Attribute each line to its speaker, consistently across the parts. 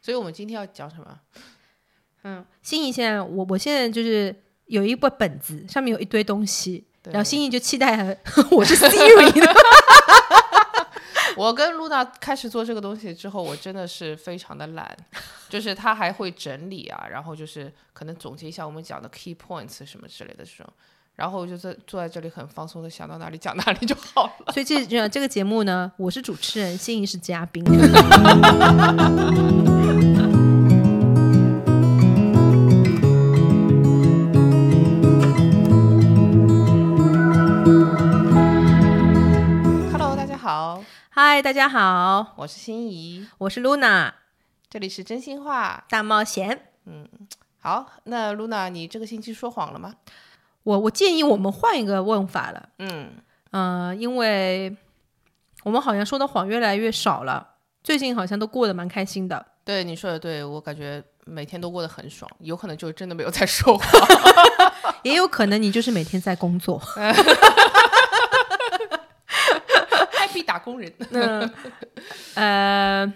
Speaker 1: 所以我们今天要讲什么？
Speaker 2: 嗯，心仪现在我我现在就是有一本本子，上面有一堆东西，
Speaker 1: 对
Speaker 2: 然后心仪就期待 我是 Siri 的，
Speaker 1: 我跟露娜开始做这个东西之后，我真的是非常的懒， 就是她还会整理啊，然后就是可能总结一下我们讲的 key points 什么之类的这种，然后我就在坐在这里很放松的想到哪里讲哪里就好了。
Speaker 2: 所以这这这个节目呢，我是主持人，心仪是嘉宾。
Speaker 1: Hello，大家好，
Speaker 2: 嗨，大家好，
Speaker 1: 我是心怡，
Speaker 2: 我是 Luna
Speaker 1: 这里是真心话。
Speaker 2: 大冒险。
Speaker 1: 好，那 Luna，你这个星期说谎了吗？
Speaker 2: 我我建议我们换一个问法了，
Speaker 1: 嗯，
Speaker 2: 嗯、因为我们好像说的谎越来越少了，最近好像都过得蛮开心的。
Speaker 1: 对，你说的对，我感觉每天都过得很爽，有可能就真的没有在说 谎。
Speaker 2: 也有可能你就是每天在工作。
Speaker 1: Happy 打工人，
Speaker 2: 嗯，呃，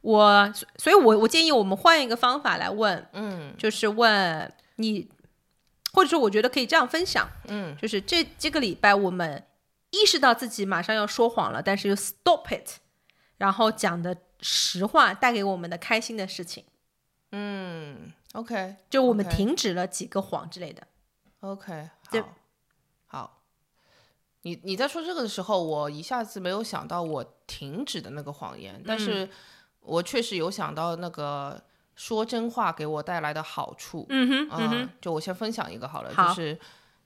Speaker 2: 我所所以我，我建议我们换一个方法来问，
Speaker 1: 嗯
Speaker 2: 就是问你，或者说我觉得可以这样分享，
Speaker 1: 嗯
Speaker 2: 就是这这个礼拜我们意识到自己马上要说谎了，但是又 stop it，然后讲的实话带给我们的开心的事情，
Speaker 1: 嗯，OK
Speaker 2: 就我们
Speaker 1: OK
Speaker 2: 停止了几个谎之类的。
Speaker 1: OK，
Speaker 2: 对
Speaker 1: 好，好。你你在说这个的时候，我一下子没有想到我停止的那个谎言，但是我确实有想到那个说真话给我带来的好处。
Speaker 2: 嗯哼，嗯
Speaker 1: 嗯
Speaker 2: 哼，，
Speaker 1: 就我先分享一个好了，
Speaker 2: 好
Speaker 1: 就是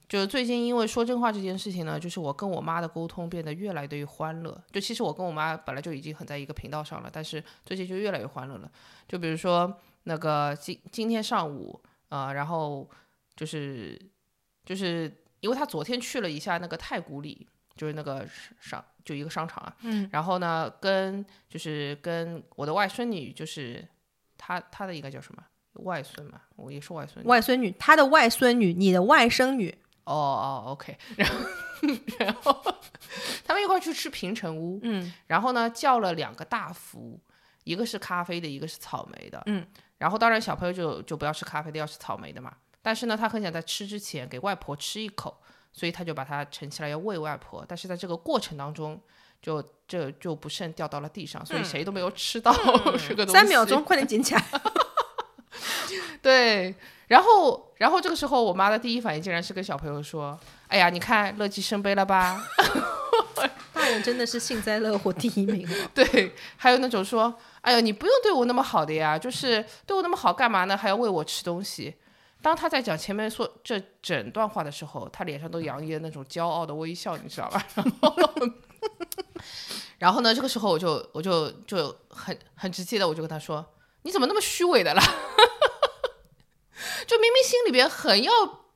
Speaker 1: 就是最近因为说真话这件事情呢，就是我跟我妈的沟通变得越来越欢乐。就其实我跟我妈本来就已经很在一个频道上了，但是最近就越来越欢乐了。就比如说那个今今天上午，呃，然后就是就是因为她昨天去了一下那个太古里，就是那个商就一个商场啊，
Speaker 2: 嗯
Speaker 1: 然后呢，跟就是跟我的外孙女，就是她她的应该叫什么外孙嘛，我也是外孙女。
Speaker 2: 外孙女，她的外孙女，你的外甥女，
Speaker 1: 哦哦，OK，然后然后他们一块儿去吃平城屋，
Speaker 2: 嗯
Speaker 1: 然后呢叫了两个大福，一个是咖啡的，一个是草莓的，
Speaker 2: 嗯，
Speaker 1: 然后当然小朋友就就不要吃咖啡的，要吃草莓的嘛。但是呢，他很想在吃之前给外婆吃一口，所以他就把它盛起来要喂外婆。但是在这个过程当中，就这就不慎掉到了地上，所以谁都没有吃到这个东西。
Speaker 2: 嗯三秒钟，快点捡起来。
Speaker 1: 对，然后，然后这个时候，我妈的第一反应竟然是跟小朋友说：“哎呀，你看乐极生悲了吧
Speaker 2: 大人真的是幸灾乐祸第一名哦。？”
Speaker 1: 对，还有那种说：“哎呀，你不用对我那么好的呀，就是对我那么好干嘛呢？还要喂我吃东西。”当他在讲前面说这整段话的时候，他脸上都洋溢了那种骄傲的微笑，你知道吧？ 然后，然后呢，这个时候我就我就就很很直接的，我就跟他说：“你怎么那么虚伪的啦？ 就明明心里边很要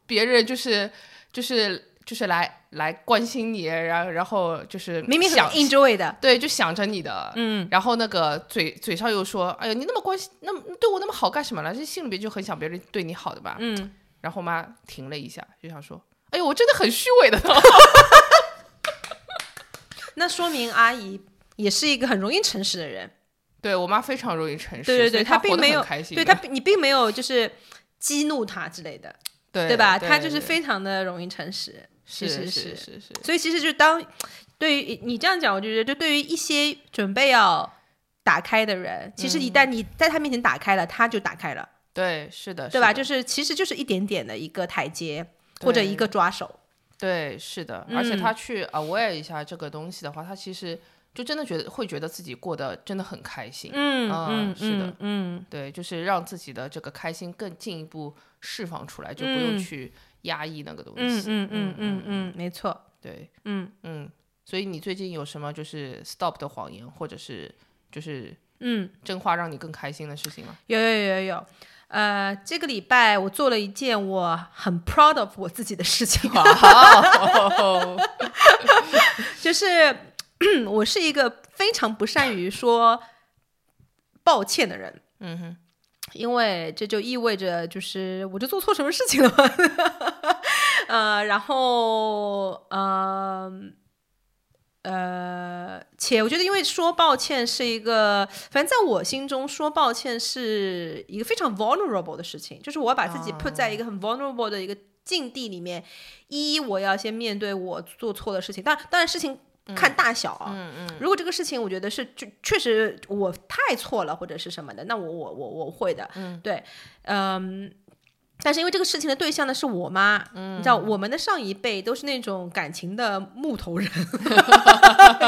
Speaker 1: 别人就是就是就是来来关心你，然后然后就是
Speaker 2: 明明很
Speaker 1: 想
Speaker 2: enjoy 的，
Speaker 1: 对，就想着你的，
Speaker 2: 嗯，
Speaker 1: 然后那个嘴嘴上又说，哎呀，你那么关心，那么对我那么好干什么了？这心里边就很想别人对你好的吧，
Speaker 2: 嗯，
Speaker 1: 然后妈停了一下，就想说，哎呦，我真的很虚伪的呢。
Speaker 2: 那说明阿姨也是一个很容易诚实的人。
Speaker 1: 对我妈非常容易诚实，
Speaker 2: 对对
Speaker 1: 所以
Speaker 2: 对，
Speaker 1: 她活
Speaker 2: 并
Speaker 1: 得
Speaker 2: 没
Speaker 1: 很
Speaker 2: 有
Speaker 1: 开，心
Speaker 2: 对
Speaker 1: 的
Speaker 2: 她并你并没有就是激怒她之类的，
Speaker 1: 对
Speaker 2: 对吧？
Speaker 1: 对
Speaker 2: 她就是
Speaker 1: 对
Speaker 2: 非常的容易诚实，
Speaker 1: 是
Speaker 2: 是
Speaker 1: 是
Speaker 2: 是
Speaker 1: 是是，
Speaker 2: 所以其实就当对于你这样讲，我就觉得就对于一些准备要打开的人，其实一
Speaker 1: 嗯
Speaker 2: 旦你在他面前打开了，他就打开了，
Speaker 1: 对是的，
Speaker 2: 对吧？
Speaker 1: 啊是的
Speaker 2: 就是其实就是一点点的一个台阶或者
Speaker 1: 对
Speaker 2: 一个抓手，
Speaker 1: 对，是的，而且
Speaker 2: 嗯
Speaker 1: 他去 aware 一下这个东西的话，他其实就真的觉得会觉得自己过得真的很开心。
Speaker 2: 嗯
Speaker 1: 啊
Speaker 2: 嗯，
Speaker 1: 是的
Speaker 2: 嗯嗯。
Speaker 1: 对，就是让自己的这个开心更进一步释放出来，就不用
Speaker 2: 嗯
Speaker 1: 去压抑那个东
Speaker 2: 嗯
Speaker 1: 西。
Speaker 2: 嗯嗯嗯嗯，没错，
Speaker 1: 对，
Speaker 2: 嗯
Speaker 1: 嗯。所以你最近有什么就是 stop 的谎言，或者是就是
Speaker 2: 嗯，
Speaker 1: 真话让你更开心的事情 吗？
Speaker 2: 有有有有有，呃，这个礼拜我做了一件我很 proud of 我自己的事情，哦
Speaker 1: 哇，
Speaker 2: 就是 我是一个非常不善于说抱歉的人，
Speaker 1: 嗯哼，
Speaker 2: 因为这就意味着就是我就做错什么事情了嘛， 呃，然后嗯呃呃，且我觉得，因为说抱歉是一个，反正在我心中，说抱歉是一个非常 vulnerable 的事情，就是我要把自己
Speaker 1: 哦
Speaker 2: put 在一个很 vulnerable 的一个境地里面。一，我要先面对我做错的事情，当然，当然事情看大小啊。嗯嗯如果这个事情我觉得是确确实我太错了或者是什么的，那我我我我会的。嗯，对，嗯。但是因为这个事情的对象呢是我妈，你知道我们的上一辈都是那种感情的木头 人，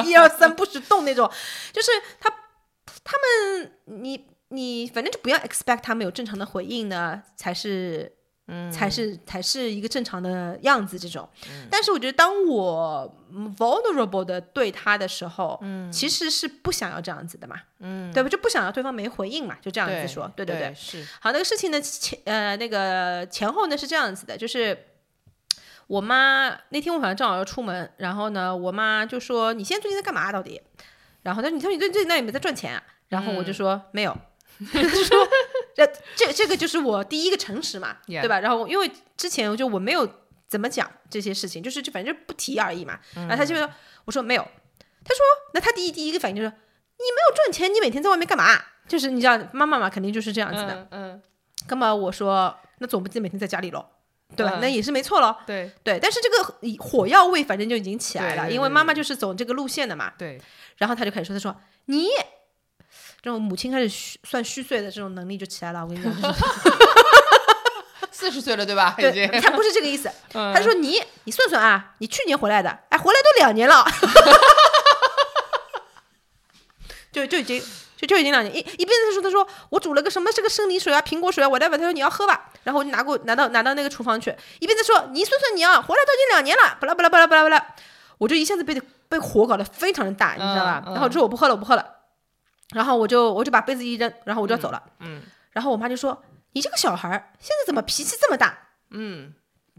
Speaker 2: 一二三不许动那种，就是他他们你你反正就不要 expect 他们有正常的回应呢，才是。才是才是一个正常的样子，这种。但是我觉得，当我嗯 vulnerable 的对他的时候，嗯，其实是不想要这样子的嘛，嗯，对吧？就不想要对方没回应嘛，就这样子说，对
Speaker 1: 对
Speaker 2: 对。
Speaker 1: 是，
Speaker 2: 好，那个事情呢前呃那个前后呢是这样子的，就是我妈那天我好像正好要出门，然后呢我妈就说你现在最近在干嘛、到底？然后她说你说你最近那有没有在赚钱啊？然后我就
Speaker 1: 嗯
Speaker 2: 说、没有， 她就说这这这个就是我第一个诚实嘛
Speaker 1: Yeah
Speaker 2: 对吧？然后因为之前我就我没有怎么讲这些事情，就是就反正不提而已嘛。
Speaker 1: 嗯
Speaker 2: 然后她就说我说没有，她说那她第一第一个反应就是你没有赚钱，你每天在外面干嘛？就是你知道妈妈嘛，肯定就是这样子的。
Speaker 1: 嗯嗯，
Speaker 2: 那么我说，那总不能每天在家里喽，对吧？
Speaker 1: 嗯
Speaker 2: 那也是没错喽，
Speaker 1: 对
Speaker 2: 对。但是这个以火药味反正就已经起来
Speaker 1: 对
Speaker 2: 了，
Speaker 1: 对
Speaker 2: 因为
Speaker 1: 对
Speaker 2: 妈妈就是走这个路线的 嘛。
Speaker 1: 对，
Speaker 2: 然后他就开始说，他说你也。这种母亲开始虚算虚岁的这种能力就起来了，我跟你讲，就是
Speaker 1: 四十岁了对吧？已经，
Speaker 2: 对，他不是这个意思。
Speaker 1: 嗯
Speaker 2: 他说你，你算算啊，你去年回来的，哎，回来都两年了， 就就已经就就已经两年。一一边他说他说我煮了个什么这个生理水啊、苹果水啊，whatever，他说你要喝吧，然后我就拿过拿到拿到那个厨房去，一边在说你算算你啊，回来都已经两年了，巴拉巴拉巴拉巴拉巴拉，我就一下子被被火搞得非常的大，你知道吧？
Speaker 1: 嗯嗯
Speaker 2: 然后之后我不喝了，我不喝了，然后我就我就把杯子一扔，然后我就要走了，
Speaker 1: 嗯
Speaker 2: 然后我妈就说你这个小孩儿现在怎么脾气这么大？
Speaker 1: 嗯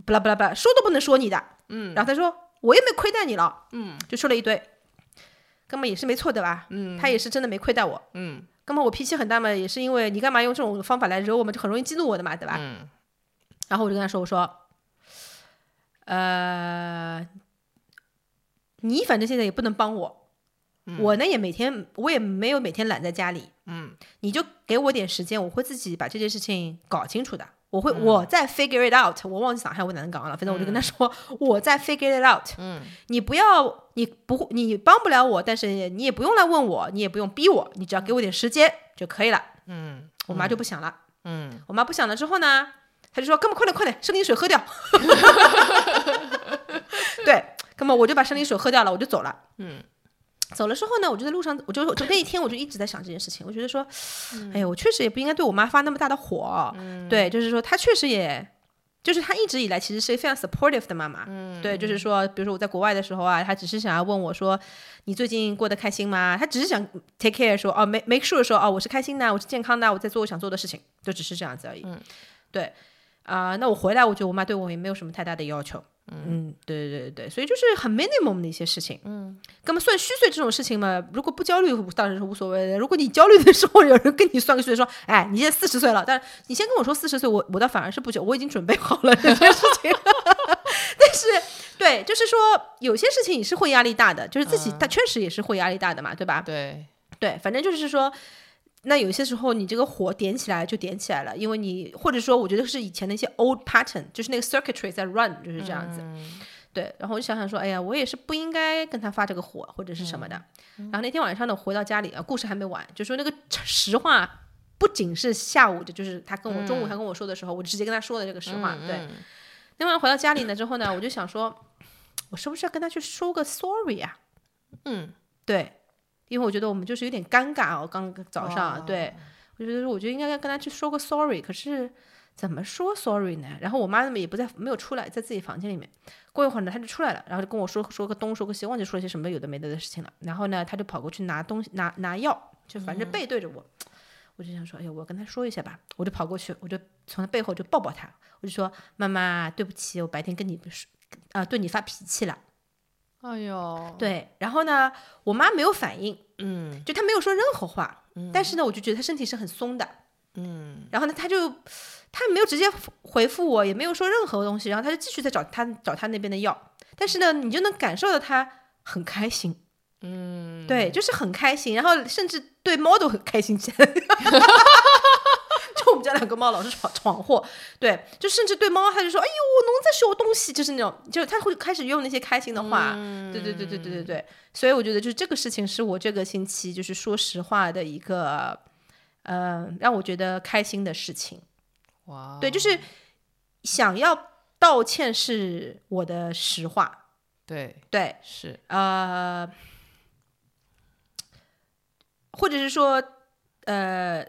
Speaker 2: 巴拉巴拉巴拉，说都不能说你的。
Speaker 1: 嗯，
Speaker 2: 然后他说我也没亏待你了，
Speaker 1: 嗯，
Speaker 2: 就说了一堆，根本也是没错的吧？
Speaker 1: 嗯，
Speaker 2: 他也是真的没亏待我。
Speaker 1: 嗯
Speaker 2: 根本我脾气很大嘛，也是因为你干嘛用这种方法来惹我们，就很容易激怒我的嘛，对吧？
Speaker 1: 嗯
Speaker 2: 然后我就跟他说，我说，呃，你反正现在也不能帮我，我呢也每天我也没有每天懒在家里，
Speaker 1: 嗯
Speaker 2: 你就给我点时间，我会自己把这件事情搞清楚的。我
Speaker 1: 嗯
Speaker 2: 会，我再 figure it out。我忘记上海我哪能讲了，反正我就跟他说，我再 figure it out。
Speaker 1: 嗯，
Speaker 2: 你不要，你不会，你帮不了我，但是你也不用来问我，你也不用逼我，你只要给我点时间就可以了。
Speaker 1: 嗯
Speaker 2: 我妈就不想了，
Speaker 1: 嗯
Speaker 2: 我妈不想了之后呢，她就说：“哥们，快点快点，生理水喝 掉。”对，哥们，我就把生理水喝掉了，我就走了。
Speaker 1: 嗯，
Speaker 2: 走了之后呢，我就在路上，我就我就那一天我就一直在想这件事情，我觉得说，哎呀，我确实也不应该对我妈发那么大的火。对，就是说她确实也。就是她一直以来其实是非常 supportive 的妈妈，对，就是说，比如说我在国外的时候啊，她只是想要问我说，你最近过得开心吗？她只是想 take care 说，哦，make make sure 说，哦，我是开心的，我是健康的，我在做我想做的事情，就只是这样子而已。对，啊、那我回来，我觉得我妈对我也没有什么太大的要求。嗯，对对对对，所以就是很 minimum 的一些事情。嗯，那么算虚岁这种事情嘛，如果不焦虑当然是无所谓的。如果你焦虑的时候，有人跟你算个岁说，哎，你现在四十岁了，但是你先跟我说四十岁，我我倒反而是不久，我已经准备好了 这件事情。但是，对，就是说有些事情你是会压力大的，就是自己，但确实也是会压力大的嘛，对吧？
Speaker 1: 对，
Speaker 2: 对，反正就是说，那有些时候你这个火点起来就点起来了，因为你或者说，我觉得是以前的一些 old pattern，就是那个 circuitry 在 run，就是这样子。对，然后我就想想说，哎呀，我也是不应该跟他发这个火或者是什么的。然后那天晚上呢，我回到家里，啊，故事还没完，就说那个 实话。不仅是下午的，就是他跟我、中午他跟我说的时候，我直接跟他说的这个实
Speaker 1: 嗯
Speaker 2: 话。对，那晚上回到家里呢之后呢，我就想说，我是不是要跟他去说个 sorry 啊？
Speaker 1: 嗯，
Speaker 2: 对，因为我觉得我们就是有点尴尬哦，刚早上，
Speaker 1: 哦
Speaker 2: 对我觉得我觉得应该跟他去说个 sorry，可是怎么说 sorry 呢？然后我妈呢也不在，没有出来，在自己房间里面。过一会儿呢，她就出来了，然后就跟我说说个东说个西，忘记说些什么有的没的的事情了。然后呢，她就跑过去拿东西拿拿药，就反
Speaker 1: 嗯
Speaker 2: 正背对着我。我就想说，哎呀，我跟她说一下吧，我就跑过去，我就从她背后就抱抱她，我就说：“妈妈，对不起，我白天跟你说，啊、对你发脾气了。
Speaker 1: 哎呦，”
Speaker 2: 对，然后呢，我妈没有反应，
Speaker 1: 嗯
Speaker 2: 就他没有说任何话，但是呢，我就觉得他身体是很松的，
Speaker 1: 嗯
Speaker 2: 然后呢，他就他没有直接回复我，也没有说任何东西，然后他就继续在找他找他那边的药，但是呢，你就能感受到他很开心，嗯，对，就是很开心，然后甚至对猫都很开心起来。 就我们家两个猫老是闯闯祸，对，就甚至对猫，它就说：“哎呦，侬在小东西。”就是那种，就它会开始用那些开心的话，
Speaker 1: 嗯
Speaker 2: 对对对对对对对。所以我觉得，就是这个事情是我这个星期就是说实话的一个，呃，让我觉得开心的事情。
Speaker 1: 哇，
Speaker 2: 对，就是想要道歉是我的实话，
Speaker 1: 对，
Speaker 2: 对，
Speaker 1: 是，
Speaker 2: 呃，或者是说，呃，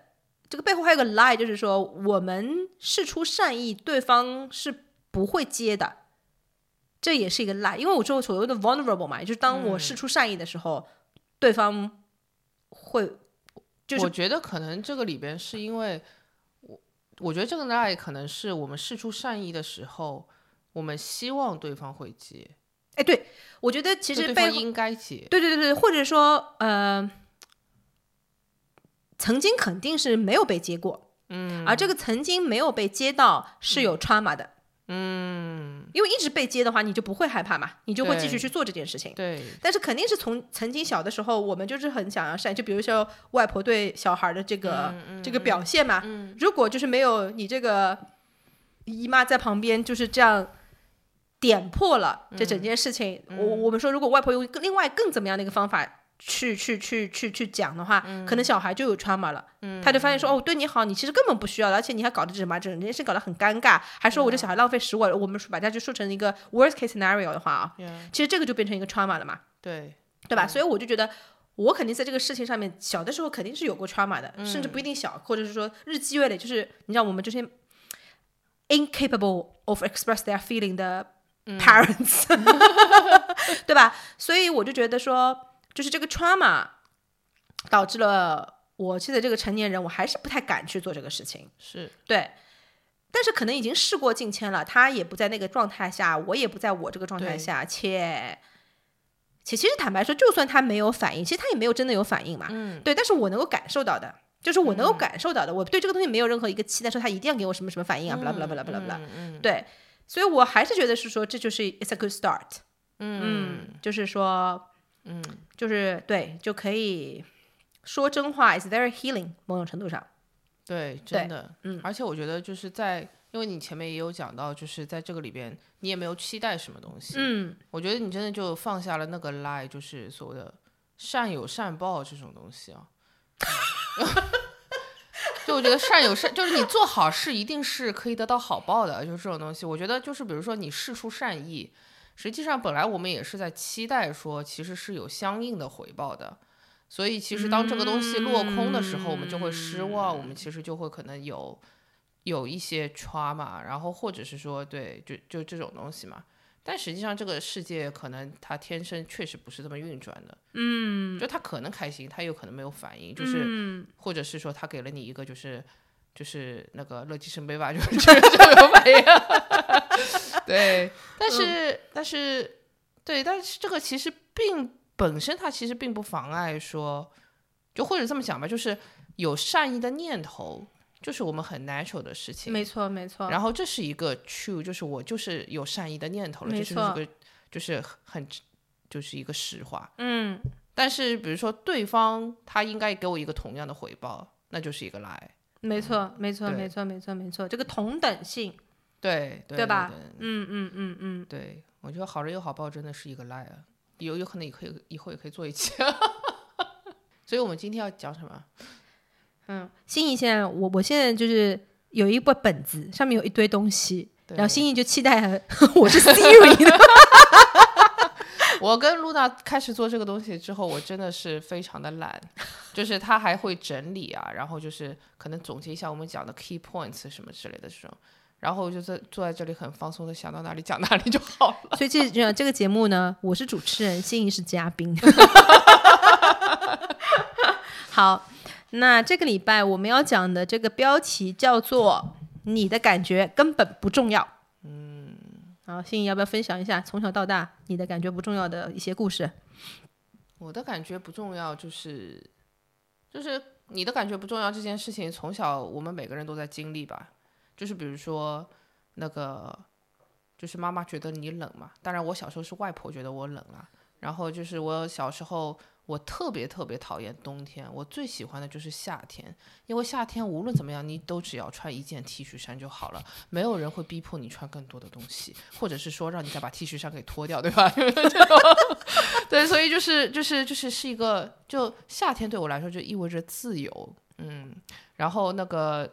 Speaker 2: 这个背后还有个 lie，就是说我们事出善意，对方是不会接的，这也是一个 lie。因为我说所谓的 vulnerable 嘛，也就是当我
Speaker 1: 嗯
Speaker 2: 事出善意的时候，对方会就是
Speaker 1: 我觉得可能这个里边是因为我，我觉得这个爱可能是我们事出善意的时候，我们希望对方会接，
Speaker 2: 哎，对我觉得其
Speaker 1: 就
Speaker 2: 实
Speaker 1: 对
Speaker 2: 背
Speaker 1: 方
Speaker 2: 后
Speaker 1: 应该接，
Speaker 2: 对对对对，或者说呃，曾经肯定是没有被接过，嗯，而这个曾经没有被接到是有 trauma 的，嗯，因为一直被接的话，你就不会害怕嘛，你就会继续
Speaker 1: 对
Speaker 2: 去做这件事情。
Speaker 1: 对，
Speaker 2: 但是肯定是从曾经小的时候，我们就是很想要善，就比如说外婆对小孩的这个、
Speaker 1: 嗯
Speaker 2: 这个表现嘛，如果就是没有你这个姨妈在旁边，就是这样。点破了这整件事情，
Speaker 1: 嗯
Speaker 2: 我我们说，如果外婆用更另外更怎么样的一个方法去去去去去讲的话，
Speaker 1: 嗯
Speaker 2: 可能小孩就有 trauma 了，他就发现说，哦，我对你好，你其实根本不需要的，而且你还搞得什么，整件事搞得很尴尬，还说
Speaker 1: 嗯
Speaker 2: 我这小孩浪费食物，我们说把它就说成一个 worst case scenario 的话啊，
Speaker 1: Yeah，
Speaker 2: 其实这个就变成一个 trauma 了嘛，
Speaker 1: 对，
Speaker 2: 对吧？所以我就觉得，我肯定在这个事情上面，小的时候肯定是有过 trauma 的，甚至不一定小，或者是说日积月累，就是你知道我们这些 incapable of express their feeling 的 parents，、对吧？所以我就觉得说，就是这个 trauma 导致了我现在这个成年人，我还是不太敢去做这个事情。
Speaker 1: 是，
Speaker 2: 对。但是可能已经事过境迁了，他也不在那个状态下，我也不在我这个状态
Speaker 1: 对
Speaker 2: 下，且且其实坦白说，就算他没有反应，其实他也没有真的有反应嘛，
Speaker 1: 嗯，
Speaker 2: 对。但是我能够感受到的，就是我能够感受到的，我对这个东西没有任何一个期待，说他一定要给我什么什么嗯反应啊，不啦不啦不啦不啦不啦，
Speaker 1: 嗯
Speaker 2: 对。所以我还是觉得是说，这就是 it's a good start，嗯，就是说，嗯，就是对，就可以说真话，is very healing，某种程度上，
Speaker 1: 对，真的，嗯，而且我觉得就是在，因为你前面也有讲到，就是在这个里边，你也没有期待什么东西，
Speaker 2: 嗯，
Speaker 1: 我觉得你真的就放下了那个 lie，就是所谓的善有善报这种东西啊。 就我觉得善有善，就是你做好事一定是可以得到好报的，就是这种东西。我觉得就是比如说你事出善意，实际上本来我们也是在期待说其实是有相应的回报的，所以其实当这个东西落空的时候，我们就会失望，我们其实就会可能有有一些 trauma，然后或者是说对，就就这种东西嘛。但实际上，这个世界可能它天生确实不是这么运转的。嗯，就它可能开心，它有可能没有反应，就是、
Speaker 2: 嗯
Speaker 1: 或者是说它给了你一个就是就是那个乐极生悲吧，就是 这个反应。 对，但是、但是对，但是这个其实并本身它其实并不妨碍说，就或者这么讲吧，就是有善意的念头，就是我们很 natural 的事情。
Speaker 2: 没错没错，
Speaker 1: 然后这是一个 true，就是我就是有善意的念头了，这
Speaker 2: 没
Speaker 1: 就是
Speaker 2: 错
Speaker 1: 一个就是很就是一个实话。
Speaker 2: 嗯，
Speaker 1: 但是比如说对方他应该给我一个同样的回报，那就是一个来，
Speaker 2: 没错，没错，
Speaker 1: 对
Speaker 2: 没错，没错，没错，这个同等性，
Speaker 1: 对对
Speaker 2: 对吧
Speaker 1: 对
Speaker 2: 嗯嗯嗯嗯，
Speaker 1: 对我觉得好人有好报真的是一个来啊，有有可能也可以以后也可以做一期。 所以我们今天要讲什么？
Speaker 2: 嗯，心仪现在，我我现在就是有一本本子，上面有一堆东西，
Speaker 1: 对
Speaker 2: 然后心仪就期待 我是 Siri 的，
Speaker 1: 我跟露娜开始做这个东西之后，我真的是非常的懒，就是她还会整理啊，然后就是可能总结一下我们讲的 key points 什么之类的这种，然后我就在坐在这里很放松的想到哪里讲哪里就好了。
Speaker 2: 所以这这这个节目呢，我是主持人，心仪是嘉宾。 好，那这个礼拜我们要讲的这个标题叫做“你的感觉根本不重要”。嗯，好，心仪要不要分享一下从小到大你的感觉不重要的一些故事？
Speaker 1: 我的感觉不重要，就是就是你的感觉不重要这件事情，从小我们每个人都在经历吧。就是比如说那个，就是妈妈觉得你冷嘛，当然我小时候是外婆觉得我冷啦、啊然后就是我小时候，我特别特别讨厌冬天，我最喜欢的就是夏天，因为夏天无论怎么样，你都只要穿一件 T 恤衫就好了，没有人会逼迫你穿更多的东西，或者是说让你再把 T 恤衫给脱掉，对吧？ 对，所以就是就是就是是一个，就夏天对我来说就意味着自由，嗯，然后那个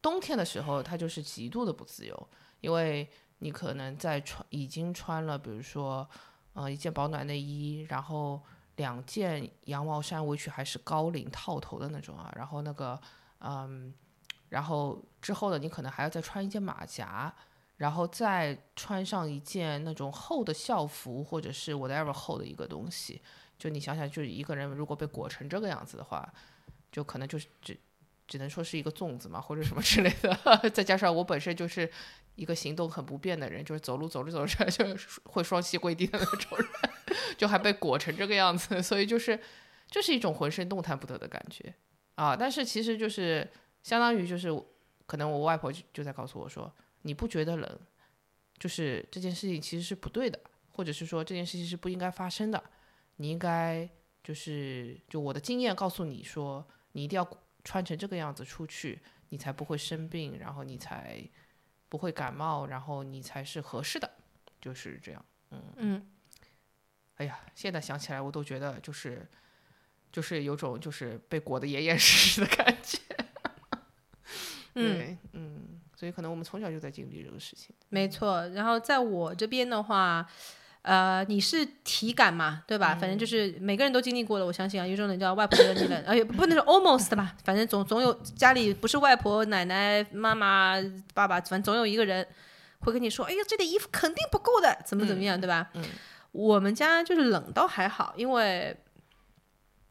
Speaker 1: 冬天的时候，它就是极度的不自由，因为你可能在穿已经穿了，比如说。呃，一件保暖内衣，然后两件羊毛衫，围裙还是高领套头的那种啊。然后那个，嗯，然后之后呢，你可能还要再穿一件马甲，然后再穿上一件那种厚的校服，或者是 whatever 厚的一个东西。就你想想，就是一个人如果被裹成这个样子的话，就可能就是只只能说是一个粽子嘛，或者什么之类的。 再加上我本身就是一个行动很不便的人，就是走路走着走着 就是会双膝跪地的那种人， 就还被裹成这个样子， 所以就是就是一种浑身动弹不得的感觉啊。但是其实就是相当于就是可能我外婆就就在告诉我说，你不觉得冷，就是这件事情其实是不对的，或者是说这件事情是不应该发生的，你应该就是就我的经验告诉你说，你一定要穿成这个样子出去，你才不会生病，然后你才。不会感冒，然后你才是合适的，就是这样。
Speaker 2: 嗯，
Speaker 1: 哎呀，现在想起来我都觉得就是就是有种就是被裹得严严实实的感觉。
Speaker 2: 嗯，
Speaker 1: 对，嗯，所以可能我们从小就在经历这个事情。
Speaker 2: 没错。然后在我这边的话，呃，你是体感嘛，对吧？反正就是每个人都经历过的，我相信啊。有种人叫外婆觉得 你冷，而且哎不能说 almost 吧，反正总总有家里不是外婆、奶奶、妈妈、爸爸，反正总有一个人会跟你说：“哎呀，这件衣服肯定不够的，怎么怎么样，对吧？”
Speaker 1: 嗯
Speaker 2: 我们家就是冷倒还好，因为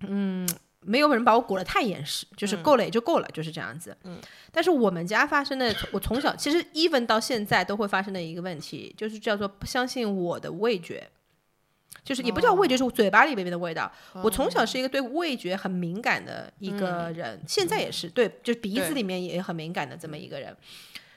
Speaker 2: 嗯没有人把我裹得太严实，就是
Speaker 1: 嗯
Speaker 2: 够了也就够了，就是这样子。嗯，但是我们家发生的，我从小其实 even 到现在都会发生的一个问题，就是叫做不相信我的味觉，就是也不
Speaker 1: 哦
Speaker 2: 叫味觉，是我嘴巴里面的味道。我从小是一个对味觉很敏感的一个人，现在也是嗯对，嗯就是鼻子里面也很敏感的这么一个人。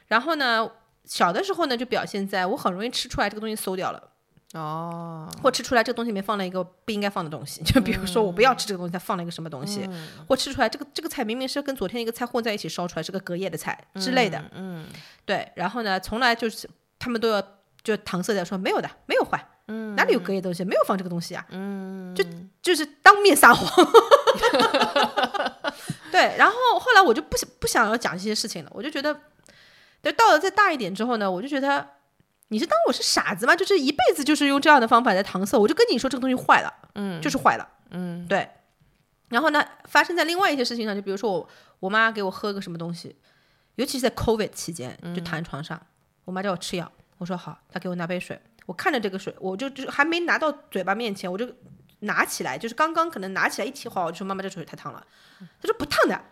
Speaker 2: 然后呢，小的时候呢，就表现在我很容易吃出来这个东西馊掉了。
Speaker 1: 哦，
Speaker 2: 或吃出来这个东西里面放了一个不应该放的东西，就比如说我不要吃这个东西，它放了一个什么东西，或吃出来这个这个菜明明是跟昨天一个菜混在一起烧出来，是个隔夜的菜之类的。嗯，对。然后呢，从来就是他们都要就搪塞掉说没有的，没有坏，嗯，哪里有隔夜东西，没有放这个东西啊，嗯，就就是当面撒谎。 对，然后后来我就不想不想要讲这些事情了，我就觉得，对，到了再大一点之后呢，我就觉得你是当我是傻子吗？就是一辈子就是用这样的方法在搪塞，我就跟你说这个东西坏了，嗯，就是坏了，嗯，对。然后呢，发生在另外一些事情上，就比如说我我妈给我喝个什么东西，尤其是在 COVID 期间，就躺在床上，我妈叫我吃药，我说好，她给我拿杯水，我看着这个水，我就就还没拿到嘴巴面前，我就拿起来，就是刚刚可能拿起来一提好，我就说妈妈这水太烫了，她说不烫的，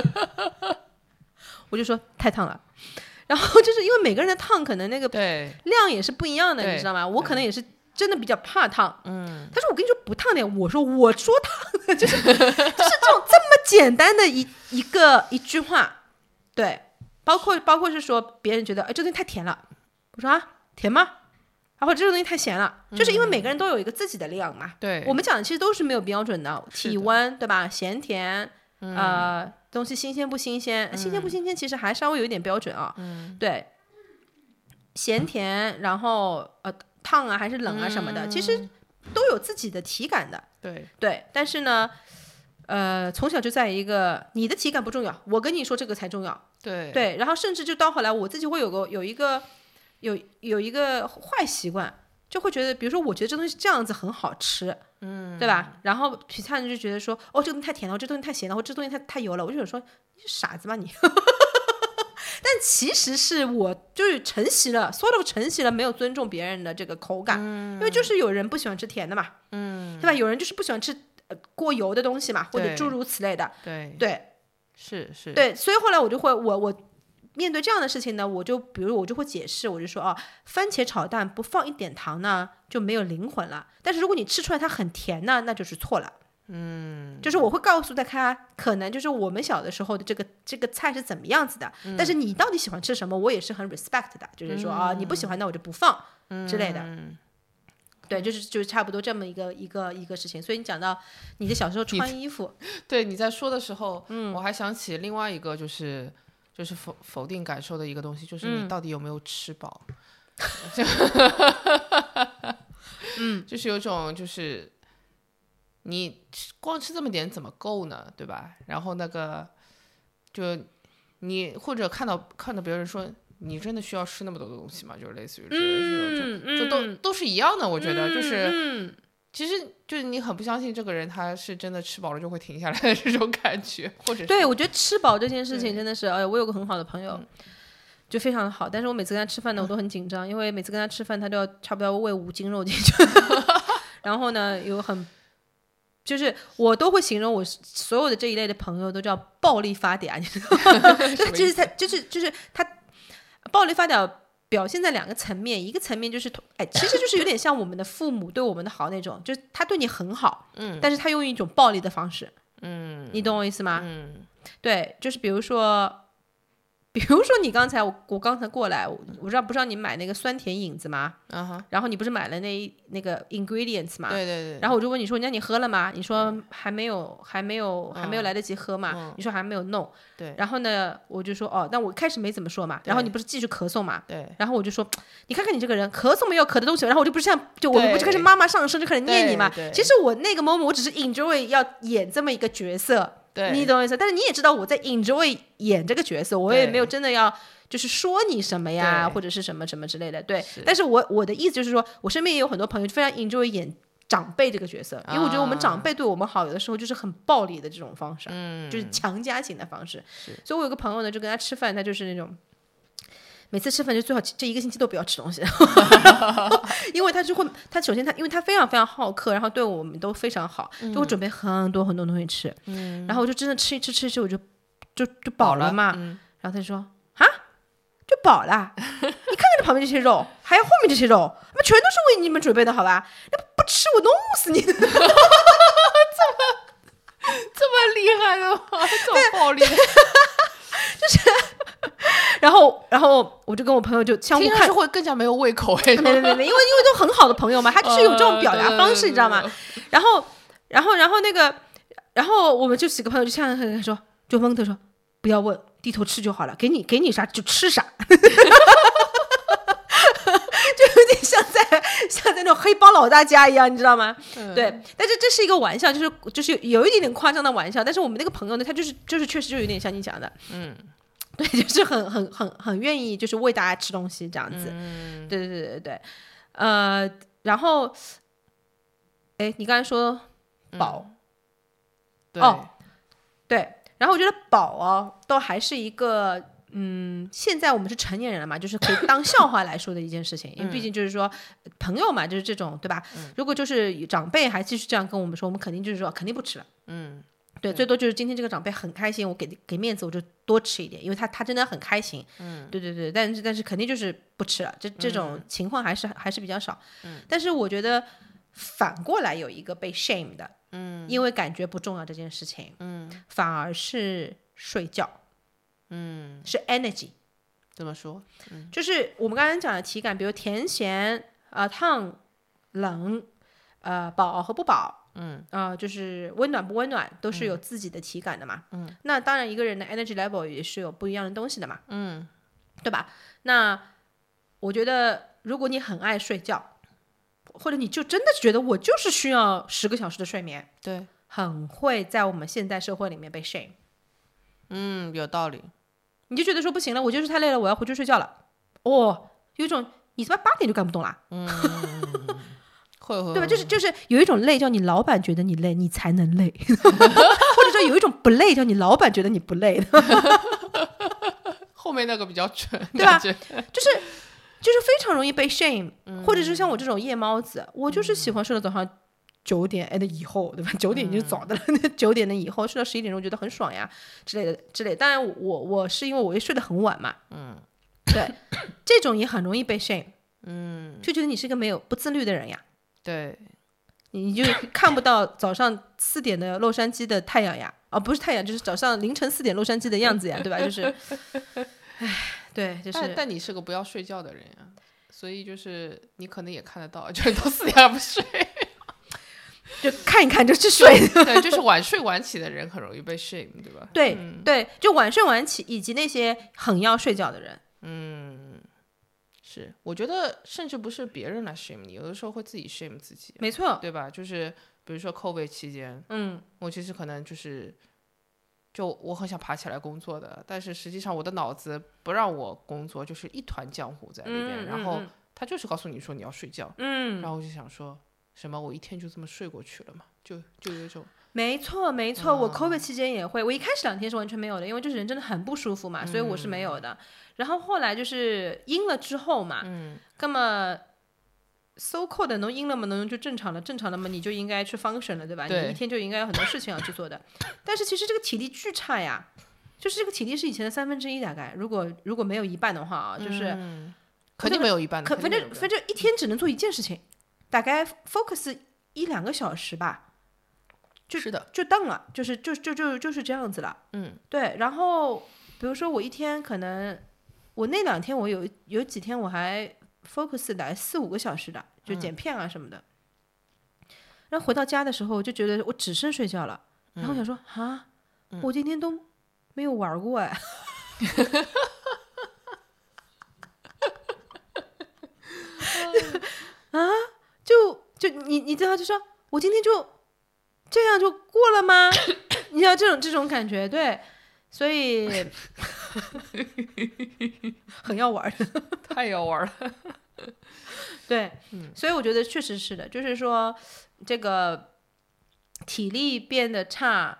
Speaker 2: 我就说太烫了。然后就是因为每个人的烫可能那个
Speaker 1: 对，
Speaker 2: 量也是不一样的，
Speaker 1: 对
Speaker 2: 你知道吗？我可能也是真的比较怕烫，嗯。他说我跟你说不烫的，我说我说烫的，就是 就是这种这么简单的一一个一句话，对，包括包括是说别人觉得哎这东西太甜了，我说啊甜吗？然后这个东西太咸了，就是
Speaker 1: 嗯
Speaker 2: 因为每个人都有一个自己的量嘛。
Speaker 1: 对
Speaker 2: 我们讲的其实都是没有标准的，
Speaker 1: 是
Speaker 2: 体
Speaker 1: 的嗯
Speaker 2: 温对吧？咸甜，呃，东西新鲜不新鲜？新鲜不新鲜其实还稍微有一点标准啊。
Speaker 1: 嗯
Speaker 2: 对，咸甜，然后呃烫啊还是冷啊什么的，其
Speaker 1: 嗯
Speaker 2: 实都有自己的体感的。
Speaker 1: 对，
Speaker 2: 对，但是呢，呃，从小就在一个你的体感不重要，我跟你说这个才重要。
Speaker 1: 对，
Speaker 2: 对，然后甚至就到后来，我自己会有个有一个有有一个坏习惯，就会觉得，比如说，我觉得这东西这样子很好吃，嗯，对吧？然后其他人就觉得说，哦，这个东西太甜了，这东西太咸了，或这东西太太油了，我就想说，你是傻子吧你？ 但其实是我就是承袭了，sort of 承袭了没有尊重别人的这个口感，因为就是有人不喜欢吃甜的嘛，嗯，对吧？有人就是不喜欢吃呃过油的东西嘛，或者
Speaker 1: 对
Speaker 2: 诸如此类的，
Speaker 1: 对，
Speaker 2: 对。
Speaker 1: 是是，
Speaker 2: 对，所以后来我就会，我我面对这样的事情呢，我就比如我就会解释，我就说哦，番茄炒蛋不放一点糖呢就没有灵魂了，但是如果你吃出来它很甜呢，那就是错了。嗯，就是我会告诉大家，可能就是我们小的时候的这个这个菜是怎么样子的，但是你到底喜欢嗯吃什么，我也是很 respect 的，就是说啊、你不喜欢那我就不放之类的。对，就是就是差不多这么一个一个一个事情。所以你讲到你的小时候穿衣服，
Speaker 1: 对，你在说的时候，我还想起另外一个，就是就是否否定感受的一个东西，就是你到底有没有吃饱？嗯，就是有种就是你吃光吃这么点怎么够呢？对吧？然后那个就你或者看到看到别人说。你真的需要吃那么多的东西吗？就是类似于这种，
Speaker 2: 嗯
Speaker 1: 就
Speaker 2: 嗯，
Speaker 1: 就都都是一样的。我觉得就是
Speaker 2: 嗯，
Speaker 1: 其实就是你很不相信这个人他是真的吃饱了就会停下来的这种感觉，或者是
Speaker 2: 对，我觉得吃饱这件事情
Speaker 1: 对嗯
Speaker 2: 真的是，哎呀，我有个很好的朋友，就非常好，但是我每次跟他吃饭呢，我都很紧张，因为每次跟他吃饭，他都要差不多要喂五斤肉 进去，然后呢，有很。就是我都会形容我所有的这一类的朋友都叫暴力发嗲，你知道吗？ 就是他，就是就是他暴力发嗲表现在两个层面，一个层面就是同，哎，其实就是有点像我们的父母对我们的好那种，就是他对你很好，嗯，但是他用一种暴力的方式，嗯，你懂我意思吗？
Speaker 1: 嗯
Speaker 2: 对，就是比如说，比如说你刚才我我刚才过来，我我知道不是让你买那个酸甜饮子吗？
Speaker 1: 啊哈，
Speaker 2: 然后你不是买了那一那个 ingredients 吗？
Speaker 1: 对对对，
Speaker 2: 然后我就问你说，那你喝了吗？你说还没有，还没有，还没有
Speaker 1: 嗯
Speaker 2: 来得及喝嘛？
Speaker 1: 嗯
Speaker 2: 你说还没有弄。
Speaker 1: 对
Speaker 2: 然后呢，我就说哦，那我开始没怎么说嘛。然后你不是继续咳嗽嘛？
Speaker 1: 对
Speaker 2: 然后我就说，你看看你这个人，咳嗽没有咳的东西。然后我就不是像，就我我就开始
Speaker 1: 对
Speaker 2: 妈妈上身就开始念你嘛
Speaker 1: 对。对
Speaker 2: 其实我那个 moment 我只是 enjoy 要演这么一个角色，
Speaker 1: 对，
Speaker 2: 你懂我意思？但是你也知道我在 enjoy 演这个角色，我也
Speaker 1: 对
Speaker 2: 没有真的要就是说你什么呀，
Speaker 1: 对
Speaker 2: 或者是什么什么之类的。对，
Speaker 1: 是
Speaker 2: 但是我我的意思就是说，我身边也有很多朋友非常 enjoy 演长辈这个角色，因为我觉得我们长辈对我们好，有的时候就是很暴力的这种方式，
Speaker 1: 嗯
Speaker 2: 就是强加型的方式。所以我有个朋友呢，就跟他吃饭，他就是那种。每次吃饭就最好这一个星期都不要吃东 西，因为他就会，他首先他因为他非常非常好客，然后对我们都非常好，就会准备很多很多东西吃，然后我就真的吃一吃吃一吃，我就就就嗯饱了嘛，
Speaker 1: 嗯
Speaker 2: 然后他就说啊，就饱啦， 你看看这旁边这些肉，还有后面这些肉，他们全都是为你们准备的，好吧？那不不吃我弄死你！
Speaker 1: 这么厉害的吗？这么暴力的，
Speaker 2: 然后然后我就跟我朋友就相互
Speaker 1: 听上
Speaker 2: 看
Speaker 1: 去，会更加没有胃口哎。
Speaker 2: 没没没没，因为因为都很好的朋友嘛，他就是有这种表达
Speaker 1: 呃
Speaker 2: 方式，你知道吗？？
Speaker 1: 对对对
Speaker 2: 然后，然后，然后那个，然后我们就几个朋友就像很说，就蒙特说，不要问，低头吃就好了，给你给你啥就吃啥， 就有点像在像在那种黑帮老大家一样，你知道吗？
Speaker 1: 对对
Speaker 2: 对，但是这是一个玩笑，就是就是有一点点夸张的玩笑，但是我们那个朋友呢，他就是就是确实就有点像你讲的，
Speaker 1: 嗯，
Speaker 2: 对，就是很很很很愿意就是喂大家吃东西这样子，
Speaker 1: 嗯，
Speaker 2: 对对对对对，呃，然后，哎，你刚才说饱。
Speaker 1: 对
Speaker 2: 哦对，然后我觉得宝哦，都还是一个，嗯，现在我们是成年人了嘛，就是可以当笑话来说的一件事情，因为毕竟就是说朋友嘛，就是这种，对吧？如果就是长辈还继续这样跟我们说，我们肯定就是说肯定不吃了。
Speaker 1: 嗯，
Speaker 2: 对，最多就是今天这个长辈很开心，我给给面子，我就多吃一点，因为他他真的很开心。嗯，对对对，但是但是肯定就是不吃了，这这种情况还是、还是比较少。嗯，但是我觉得反过来有一个被 shame 的，嗯，因为感觉不重要这件事情，嗯，反而是睡觉，嗯，是 energy，
Speaker 1: 怎么说？
Speaker 2: 就是我们刚才讲的体感，比如甜咸啊、呃烫、冷、呃饱和不饱，嗯，啊、就是温暖不温暖，都是有自己的体感的嘛。嗯，那当然一个人的 energy level 也是有不一样的东西的嘛。嗯，对吧？那我觉得如果你很爱睡觉，或者你就真的觉得我就是需要十个小时的睡眠，
Speaker 1: 对，
Speaker 2: 很会在我们现代社会里面被 shame，
Speaker 1: 嗯，有道理。
Speaker 2: 你就觉得说不行了，我就是太累了，我要回去睡觉了。哦，有一种你他妈八点就干不动啦。
Speaker 1: 会会
Speaker 2: 对吧？
Speaker 1: 会
Speaker 2: 就是就是有一种累，叫你老板觉得你累，你才能累， 或者说有一种不累，叫你老板觉得你不累，就是
Speaker 1: 后面那个比较准，
Speaker 2: 对吧
Speaker 1: 感觉？
Speaker 2: 就是非常容易被 shame，、或者是像我这种夜猫子，我就是喜欢睡到早上九点 and 以后，对吧？九点已经是早的了， 九、点的以后睡到十一点钟，觉得很爽呀之类的之类的。当然我，我我是因为我也睡得很晚嘛，嗯，对，这种也很容易被 shame，嗯，就觉得你是一个没有不自律的人呀。
Speaker 1: 对，
Speaker 2: 你就看不到早上四点的洛杉矶的太阳呀，啊，不是太阳，就是早上凌晨四点洛杉矶的样子呀，对吧？就是，唉，对，就
Speaker 1: 但
Speaker 2: 是
Speaker 1: 但你是个不要睡觉的人呀。所以就是你可能也看得到，就是到四点还不 睡，
Speaker 2: 就看一看就去睡。
Speaker 1: 对，就是晚睡晚起的人很容易被 shame，对嗯吧？
Speaker 2: 对、对，就晚睡晚起，以及那些很要睡觉的人，
Speaker 1: 是，我觉得甚至不是别人来 shame 你，有的时候会自己 shame 自己，
Speaker 2: 没错，
Speaker 1: 对吧？就是比如说 COVID 期间，
Speaker 2: 嗯，
Speaker 1: 我其实可能就是，就我很想爬起来工作的，但是实际上我的脑子不让我工作，就是一团浆糊在里边。
Speaker 2: 嗯
Speaker 1: 然后
Speaker 2: 嗯
Speaker 1: 他就是告诉你说你要睡觉，
Speaker 2: 嗯，
Speaker 1: 然后我就想说什么，我一天就这么睡过去了嘛，就就有一种
Speaker 2: 没错，没错，
Speaker 1: 哦
Speaker 2: 我 COVID 期间也会，我一开始两天是完全没有的，因为就是人真的很不舒服嘛，所以我是没有的。然后后来就是阴了之后嘛，
Speaker 1: 嗯，
Speaker 2: 那么 so called 能阴了嘛，能就正常了，正常了嘛，你就应该去 function 了，对吧？
Speaker 1: 对
Speaker 2: 你一天就应该有很多事情要去 做的。但是其实这个体力巨差呀，就是这个体力是以前的三分之一大概，如果如果没有一半的话啊，就是、
Speaker 1: 肯定没有一半的，
Speaker 2: 可
Speaker 1: 嗯肯
Speaker 2: 反
Speaker 1: 定没有
Speaker 2: 正
Speaker 1: 一半
Speaker 2: 反正一天只能做一件事情，大概 focus 一两个小时吧。
Speaker 1: 是 的，
Speaker 2: 就当了，就是就就就就是这样子了。
Speaker 1: 嗯，
Speaker 2: 对。然后比如说我一天可能，我那两天我有有几天我还 focus 来四五个小时的，就剪
Speaker 1: 嗯
Speaker 2: 片啊什么的。然后回到家的时候，我就觉得我只剩睡觉了。然后
Speaker 1: 嗯
Speaker 2: 我想说啊，我今天都没有玩过哎。
Speaker 1: 嗯
Speaker 2: 啊，就就你你知道就说，我今天就这样就过了吗？ 你知道这种这种感觉，对，所 以很要 玩儿，
Speaker 1: 太要玩了，
Speaker 2: 对，
Speaker 1: 嗯
Speaker 2: 所以我觉得确实是的，就是说这个体力变得差，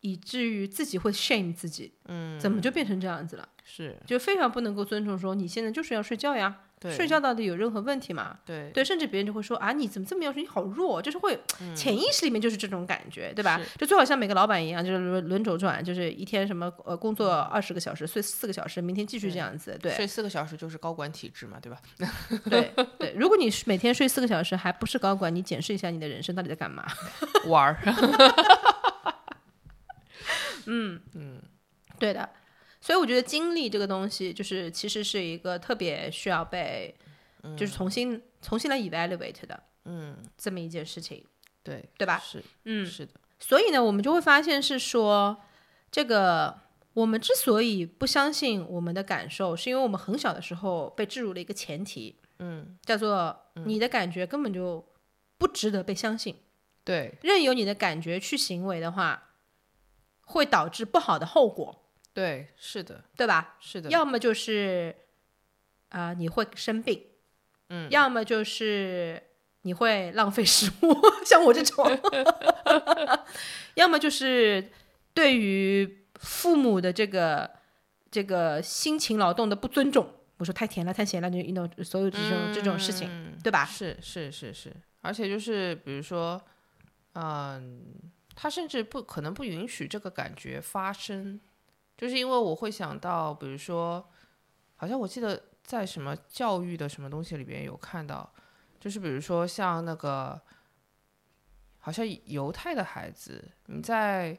Speaker 2: 以至于自己会 shame 自己，
Speaker 1: 嗯，
Speaker 2: 怎么就变成这样子了？
Speaker 1: 是
Speaker 2: 就非常不能够尊重说你现在就是要睡觉呀，
Speaker 1: 对
Speaker 2: 睡觉到底有任何问题吗？
Speaker 1: 对
Speaker 2: 对，甚至别人就会说啊，你怎么这么要求？你好弱，就是会潜意识里面就是这种感觉，对吧？就最好像每个老板一样，就是轮轮轴转，就是一天什么呃工作二十个小时，睡四个小时，明天继续这样子。对
Speaker 1: 睡四个小时就是高管体质嘛，对吧？
Speaker 2: 对对，如果你是每天睡四个小时还不是高管，你检视一下你的人生到底在干嘛。
Speaker 1: 玩儿，
Speaker 2: 对的，所以我觉得精力这个东西，就是其实是一个特别需要被，就是重新重新来 evaluate 的，嗯，这么一件事情，
Speaker 1: 对
Speaker 2: 对吧？
Speaker 1: 是，
Speaker 2: 嗯，
Speaker 1: 是的，
Speaker 2: 所以呢，我们就会发现是说，这个我们之所以不相信我们的感受，是因为我们很小的时候被置入了一个前提，嗯，叫做你的感觉根本就不值得被相信，
Speaker 1: 对
Speaker 2: 任由你的感觉去行为的话，会导致不好的后果，
Speaker 1: 对是的，
Speaker 2: 对吧？
Speaker 1: 是的，
Speaker 2: 要么就是啊、你会生病，嗯，要么就是你会浪费食物， 像我这种，要么就是对于父母的这个这个辛勤劳动的不尊重，我说太甜了，太咸了，就一 w 所有这种、这种事
Speaker 1: 嗯
Speaker 2: 情，对吧？
Speaker 1: 是是是是，而且就是比如说，嗯，他甚至不可能不允许这个感觉发生，就是因为我会想到，比如说，好像我记得在什么教育的什么东西里边有看到，就是比如说像那个，好像犹太的孩子，你在。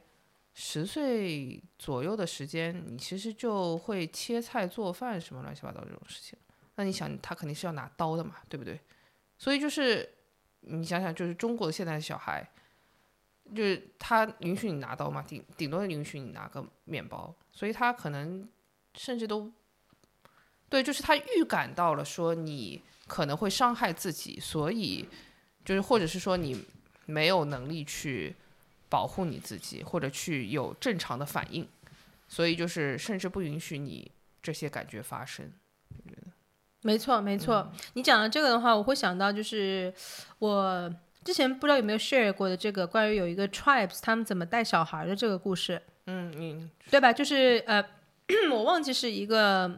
Speaker 1: 十岁左右的时间，你其实就会切菜、做饭什么乱七八糟这种事情。那你想，他肯定是要拿刀的嘛，对不对？所以就是你想想，就是中国现在的小孩，就是他允许你拿刀嘛，顶顶多允许你拿个面包，所以他可能甚至都对，就是他预感到了说你可能会伤害自己，所以就是或者是说你没有能力去保护你自己，或者去有正常的反应，所以就是甚至不允许你这些感觉发生。
Speaker 2: 没错，没错。
Speaker 1: 嗯
Speaker 2: 你讲到这个的话，我会想到就是我之前不知道有没有 share 过的这个关于有一个 tribes 他们怎么带小孩的这个故事。
Speaker 1: 嗯，你
Speaker 2: 对吧？就是呃， 我忘记是一个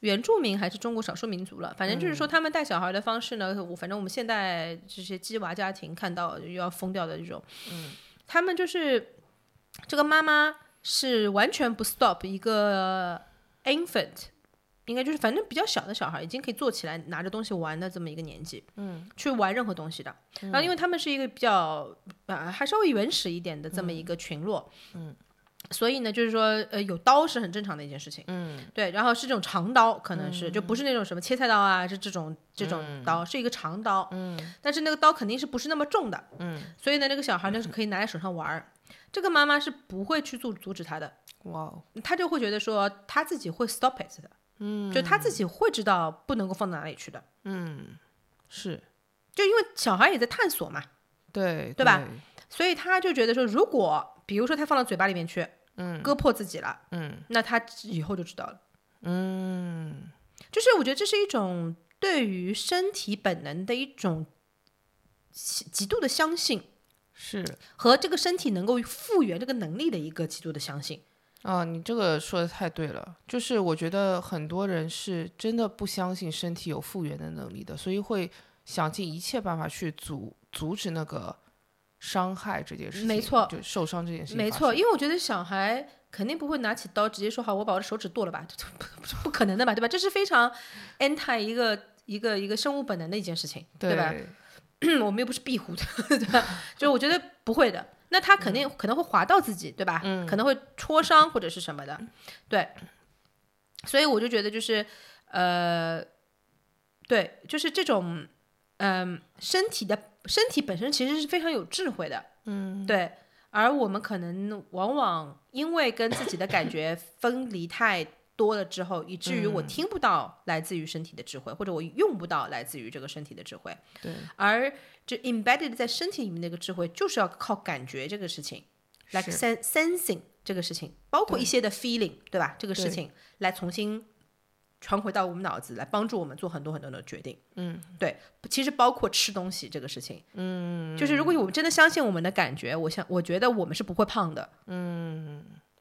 Speaker 2: 原住民还是中国少数民族了，反正就是说
Speaker 1: 嗯
Speaker 2: 他们带小孩的方式呢，我反正我们现代这些鸡娃家庭看到又要疯掉的这种，嗯，他们就是这个妈妈是完全不 stop 一个 infant。应该就是反正比较小的小孩已经可以坐起来拿着东西玩的这么一个年纪，嗯，去玩任何东西的。呃嗯然后因为他们是一个比较啊、还稍微原始一点的这么一个群落，所以呢，就是说，呃，有刀是很正常的一件事情，
Speaker 1: 嗯，
Speaker 2: 对。然后是这种长刀，可能是、就不是那种什么切菜刀啊，是这种这种刀，是一个长刀，嗯。但是那个刀肯定是不是那么重的，嗯。所以呢，那个小孩呢是可以拿在手上玩 儿，这个妈妈是不会去阻阻止他的，
Speaker 1: 哇哦，
Speaker 2: 他就会觉得说他自己会 stop it 的，嗯，就他自己会知道不能够放到哪里去的，
Speaker 1: 是
Speaker 2: 就因为小孩也在探索嘛，
Speaker 1: 对
Speaker 2: 对吧？所以他就觉得说，如果比如说他放到嘴巴里面去，嗯，割破自己了，
Speaker 1: 嗯，
Speaker 2: 那他以后就知道了。
Speaker 1: 嗯，
Speaker 2: 就是我觉得这是一种对于身体本能的一种极极度的相信，
Speaker 1: 是
Speaker 2: 和这个身体能够复原这个能力的一个极度的相信。
Speaker 1: 啊，你这个说的太对了，就是我觉得很多人是真的不相信身体有复原的能力的，所以会想尽一切办法去阻阻止那个伤害这件事情，
Speaker 2: 没错
Speaker 1: 就受伤这件事情，
Speaker 2: 没错，，因为我觉得小孩肯定不会拿起刀直接说好，我把我的手指剁了吧，这这不这不可能的吧，对吧？这是非常 anti 一个一个一个生物本能的一件事情，
Speaker 1: 对
Speaker 2: 吧？ 我们又不是壁虎， 对吧？就我觉得不会的。那他肯定、
Speaker 1: 嗯
Speaker 2: 可能会划到自己，对吧？可能会戳伤或者是什么
Speaker 1: 嗯
Speaker 2: 的，对。所以我就觉得就是，呃，对，就是这种，嗯、身体的身体本身其实是非常有智慧的，嗯，对。而我们可能往往因为跟自己的感觉分离太多了之后，以至于我听不到来自于身体的智慧，或者我用不到来自于这个身体的智慧。
Speaker 1: 对，
Speaker 2: 而这 embedded 在身体里面那个智慧，就是要靠感觉这个事情，like
Speaker 1: 是
Speaker 2: sen sensing 这个事情，包括一些的 feeling，对吧？这个事
Speaker 1: 对
Speaker 2: 情来重新传回到我们脑子，来帮助我们做很多很多的决定。嗯，对，其实包括吃东西这个事情，嗯，就是如果我们真的相信我们的感觉，我想我觉得我们是不会胖的，嗯。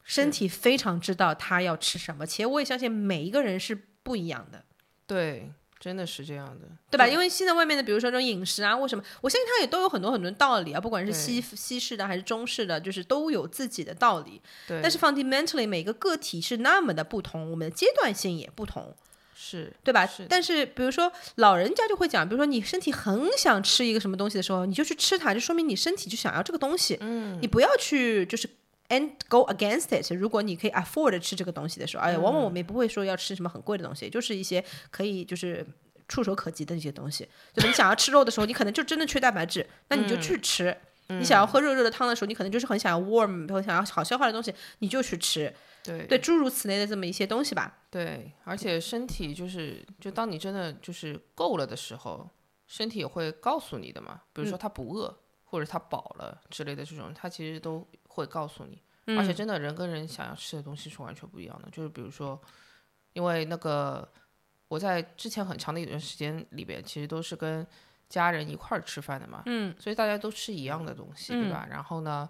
Speaker 2: 身体非常知道他要吃什么，且我也相信每一个人是不一样的。
Speaker 1: 对，真的是这样的，
Speaker 2: 对吧？因为现在外面的，比如说这种饮食啊，或什么，我相信它也都有很多很多道理啊，不管是
Speaker 1: 对
Speaker 2: 西西式的还是中式的，就是都有自己的道理。
Speaker 1: 对，
Speaker 2: 但是 fundamentally 每个个体是那么的不同，我们的阶段性也不同，
Speaker 1: 是
Speaker 2: 对吧？
Speaker 1: 是的
Speaker 2: 但是比如说老人家就会讲，比如说你身体很想吃一个什么东西的时候，你就去吃它，就说明你身体就想要这个东西，嗯，你不要去就是。And go against it。如果你可以 afford 吃这个东西的时候，哎呀，往往我们也
Speaker 1: 嗯
Speaker 2: 不会说要吃什么很贵的东西，就是一些可以就是触手可及的一些东西。就是你想要吃肉的时候，你可能就真的缺蛋白质，那你就
Speaker 1: 嗯
Speaker 2: 去吃；你想要喝热热的汤的时候，你可能就是很想要 warm，很想要好消化的东西，你就去吃。
Speaker 1: 对
Speaker 2: 对，诸如此类的这么一些东西吧。
Speaker 1: 对，而且身体就是，就当你真的就是够了的时候，身体也会告诉你的嘛。比
Speaker 2: 嗯
Speaker 1: 如说他不饿，或者他饱了之类的这种，他其实都会告诉你。而
Speaker 2: 嗯
Speaker 1: 且真的人跟人想要吃的东西是完全不一样的。就是比如说，因为那个我在之前很长的一段时间里边，其实都是跟家人一块儿吃饭的嘛，嗯，所以大家都吃一样的东西，对吧？然后呢，